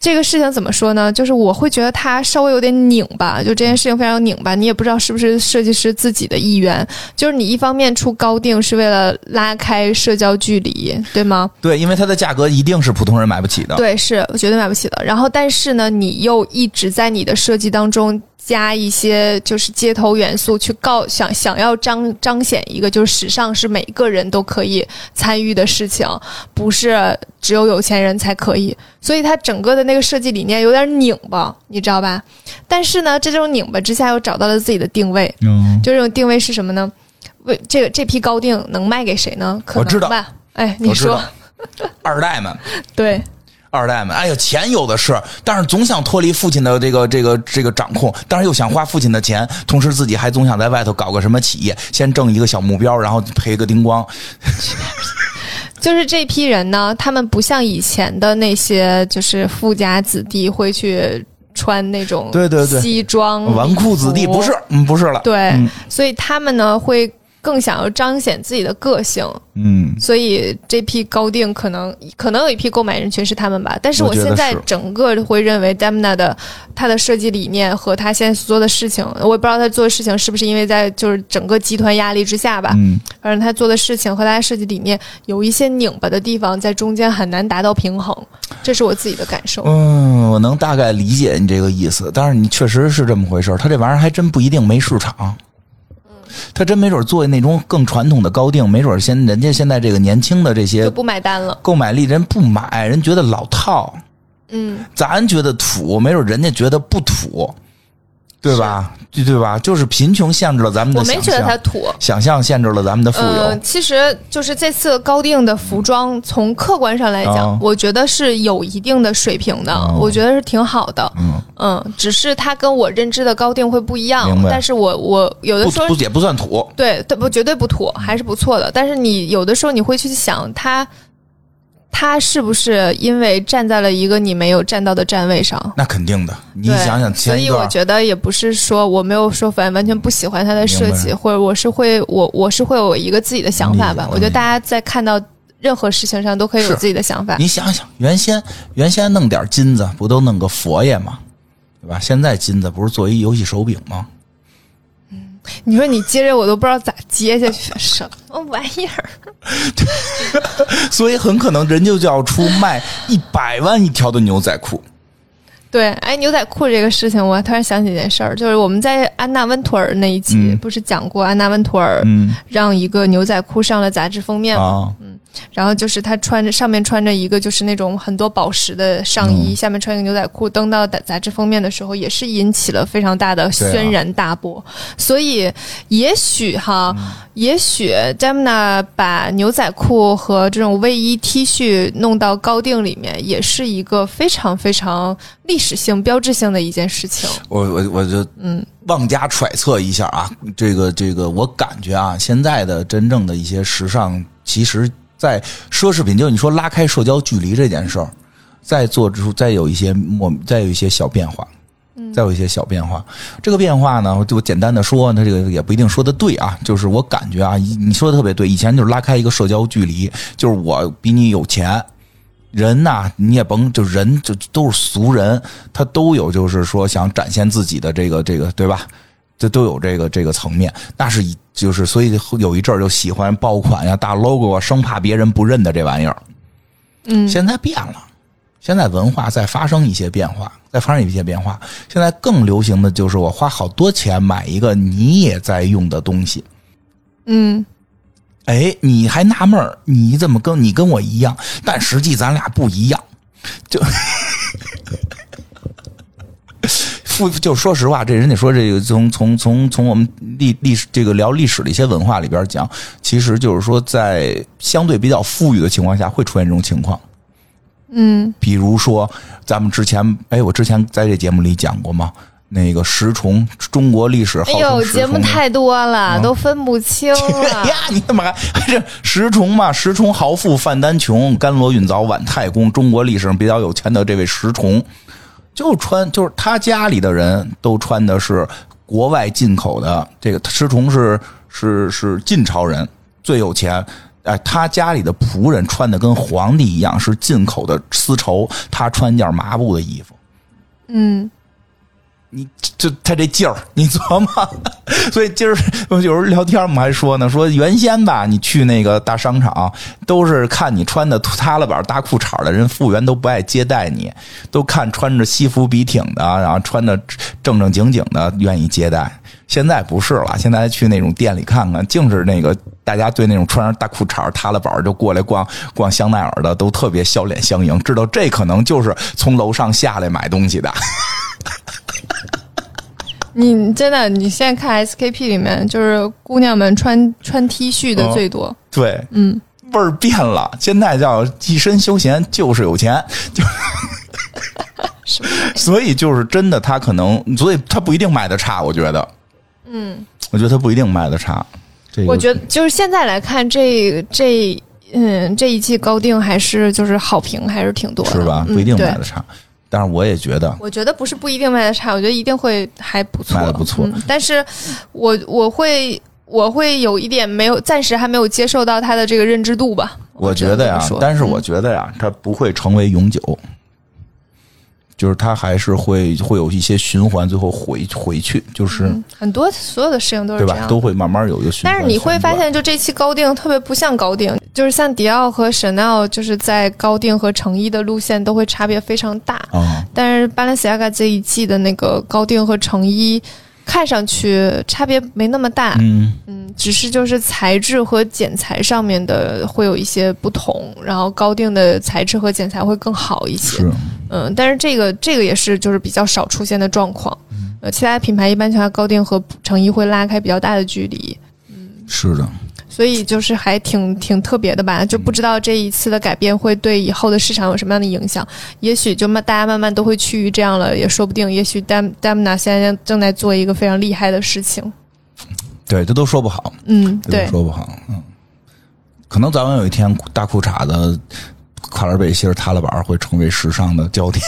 这个事情怎么说呢？就是我会觉得它稍微有点拧巴，就这件事情非常拧巴。你也不知道是不是设计师自己的意愿，就是你一方面出高定是为了拉开社交距离，对吗？
对，因为它的价格一定是普通人买不起的。
对，是我绝对买不起的。然后，但是呢，你又一直在你的设计当中加一些就是街头元素，去告想想要彰彰显一个就是时尚是每个人都可以参与的事情，不是只有有钱人才可以。所以它整个的那个设计理念有点拧巴，你知道吧？但是呢，这种拧巴之下又找到了自己的定位，
嗯，
就这种定位是什么呢？为这个这批高定能卖给谁呢？可
我
能
知道
吧。哎，
我
你
知道
说，
二代们，
对，
二代们，哎呀，钱有的是，但是总想脱离父亲的这个这个这个掌控，但是又想花父亲的钱，同时自己还总想在外头搞个什么企业，先挣一个小目标，然后赔个叮咣。
就是这批人呢，他们不像以前的那些就是富家子弟会去穿那种
对对对
西装
纨绔子弟
礼服
不是，嗯，不是了。
嗯哦对，
嗯
所以他们呢会更想要彰显自己的个性，
嗯，
所以这批高定可能可能有一批购买人群是他们吧，但是
我
我
觉得
现在
是
整个会认为 Demna 的他的设计理念和他现在所做的事情，我也不知道他做的事情是不是因为在就是整个集团压力之下吧，
嗯，
反正他做的事情和他的设计理念有一些拧巴的地方，在中间很难达到平衡，这是我自己的感受。
嗯，我能大概理解你这个意思，但是你确实是这么回事儿，它这玩意儿还真不一定没市场。
嗯
他真没准做那种更传统的高定，没准现人家现在这个年轻的这些
就不买单了，
购买力人不买，人觉得老套，
嗯，
咱觉得土，没准人家觉得不土，对吧？对对吧？就是贫穷限制了咱们
我
的
没
想
觉得它
象，
土，
想象限制了咱们的富
嗯，
有。
其实就是这次高定的服装，从客观上来讲，
哦
我觉得是有一定的水平的，
哦
我觉得是挺好的。
嗯，
嗯，只是它跟我认知的高定会不一样
明，白
但是我我有的
不
时候
不也不算土。
对，对不绝对不土，还是不错的。但是你有的时候你会去想他，他是不是因为站在了一个你没有站到的站位上？
那肯定的，你
对
想想
所
前一
以我
段，
觉得也不是说我没有说完完全不喜欢他的设
明
计，
白
或者我是会我我是会有一个自己的想法吧
嗯。
我觉得大家在看到任何事情上都可以有
是
自己的想法。
你想想，原先原先弄点金子，不都弄个佛爷吗？对吧？现在金子不是做一游戏手柄吗？
你说你接着我都不知道咋接下去，什么玩意儿？
所以很可能人就要出卖一百万一条的牛仔裤。
对，哎，牛仔裤这个事情，我突然想起一件事儿，就是我们在安娜温图尔那一期、
嗯
不是讲过安娜温图尔
嗯
让一个牛仔裤上了杂志封面吗？
啊，
然后就是她穿着上面穿着一个就是那种很多宝石的上衣，下面穿一个牛仔裤，登到杂杂志封面的时候，也是引起了非常大的轩然大波。所以也许哈，也许 Demna 把牛仔裤和这种卫衣 T 恤弄到高定里面，也是一个非常非常历史性、标志性的一件事情。
我我我就嗯，妄加揣测一下啊，这个这个，我感觉啊，现在的真正的一些时尚，其实在奢侈品，就是你说拉开社交距离这件事儿，再做出再有一些莫再有一些小变化。再有一些小变化，这个变化呢，我就我简单的说，它这个也不一定说的对啊，就是我感觉啊，一你说的特别对，以前就是拉开一个社交距离，就是我比你有钱，人呐、你也甭就人就都是俗人，他都有就是说想展现自己的这个这个对吧？这都有这个这个层面，那是以就是所以有一阵儿就喜欢爆款呀、大 logo 啊，生怕别人不认得这玩意儿。
嗯，
现在变了，现在文化在发生一些变化，在发生一些变化。现在更流行的就是我花好多钱买一个你也在用的东西，
嗯，
哎，你还纳闷儿，你怎么跟你跟我一样？但实际咱俩不一样，就。富就说实话，这人得说这个从从从从我们历历史这个聊历史的一些文化里边讲，其实就是说在相对比较富裕的情况下会出现这种情况。嗯，比如说咱们之前，哎，我之前在这节目里讲过吗？那个石崇，中国历史好
哎
称
呦，
石
节目
崇
太多了，都分不清了。
呀，你怎么还这石崇嘛？石崇豪富范丹穷，甘罗允凿晚太公。中国历史上比较有钱的这位石崇，就穿就是他家里的人都穿的是国外进口的。这个石崇是是是晋朝人，最有钱。哎，他家里的仆人穿的跟皇帝一样，是进口的丝绸，他穿件麻布的衣服。
嗯，
你就他这劲儿，你琢磨。所以今儿有时候聊天我们还说呢，说原先吧，你去那个大商场，都是看你穿的塌了板大裤衩的人，服务员都不爱接待你，都看穿着西服笔挺的，啊然后穿的正正经经的愿意接待。现在不是了，现在去那种店里看看，净是那个大家对那种穿上大裤衩、塌了板儿就过来逛逛香奈儿的，都特别笑脸相迎，知道这可能就是从楼上下来买东西的。
你真的，你现在看 SKP 里面，就是姑娘们穿穿 T 恤的最多。
对，嗯，味儿变了，现在叫一身休闲就是 有钱，就。所以就是真的，他可能，所以他不一定卖的差，我觉得，嗯，我觉得他不一定卖的差。这个
我觉得就是现在来看这这。嗯，这一季高定还是就是好评还是挺多的，
是吧？
嗯
不一定
对
卖的差，但是我也觉得，
我觉得不是不一定卖的差，我觉得一定会还不错，
卖得不错
嗯但是我我会我会有一点没有，暂时还没有接受到他的这个认知度吧。
我
只
觉
能
得
这么
呀
说，嗯
但是我觉得呀，它不会成为永久，就是它还是会会有一些循环，最后回回去，就是
嗯很多所有的事情都是
对
这
吧？
样。
都会慢慢有一个循环。
但是你会
旋
发
转
现，就这期高定特别不像高定，就是像迪奥和 Chanel，就是在高定和成衣的路线都会差别非常大。
啊、
但是 Balenciaga 这一季的那个高定和成衣，看上去差别没那么大，
嗯。
嗯，只是就是材质和剪裁上面的会有一些不同，然后高定的材质和剪裁会更好一些。
是，
嗯，但是这个这个也是就是比较少出现的状况。
嗯
呃，其他品牌一般情况下高定和成衣会拉开比较大的距离，
是的，
所以就是还挺挺特别的吧，就不知道这一次的改变会对以后的市场有什么样的影响。也许就慢大家慢慢都会趋于这样了，也说不定。也许 Dam Damna 现在正在做一个非常厉害的事情。
对，这都说不好，
嗯，
这
对
都，说不好，嗯，可能早晚有一天，大裤衩子、跨栏背心儿、塌了板儿会成为时尚的焦点。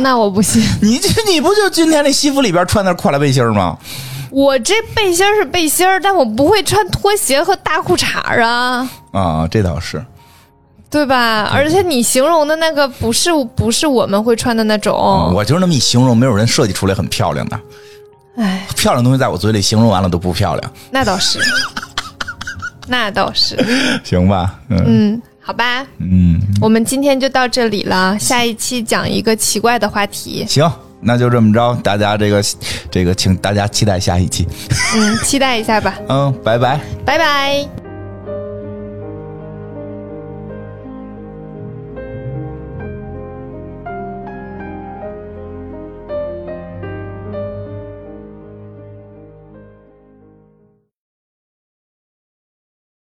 那我不信。
你这你不就今天那西服里边穿的是跨栏背心儿吗？
我这背心儿是背心儿，但我不会穿拖鞋和大裤衩儿啊，
啊，这倒是，
对吧？而且你形容的那个不是不是我们会穿的那种，
啊嗯我就是那么一形容，没有人设计出来很漂亮的。
哎，
漂亮的东西在我嘴里形容完了都不漂亮，
那倒是，那倒是，
行吧？嗯
嗯，好吧，
嗯，
我们今天就到这里了，下一期讲一个奇怪的话题，
行，那就这么着，大家这个这个，请大家期待下一期。
嗯，期待一下吧，
嗯，拜拜。
拜拜。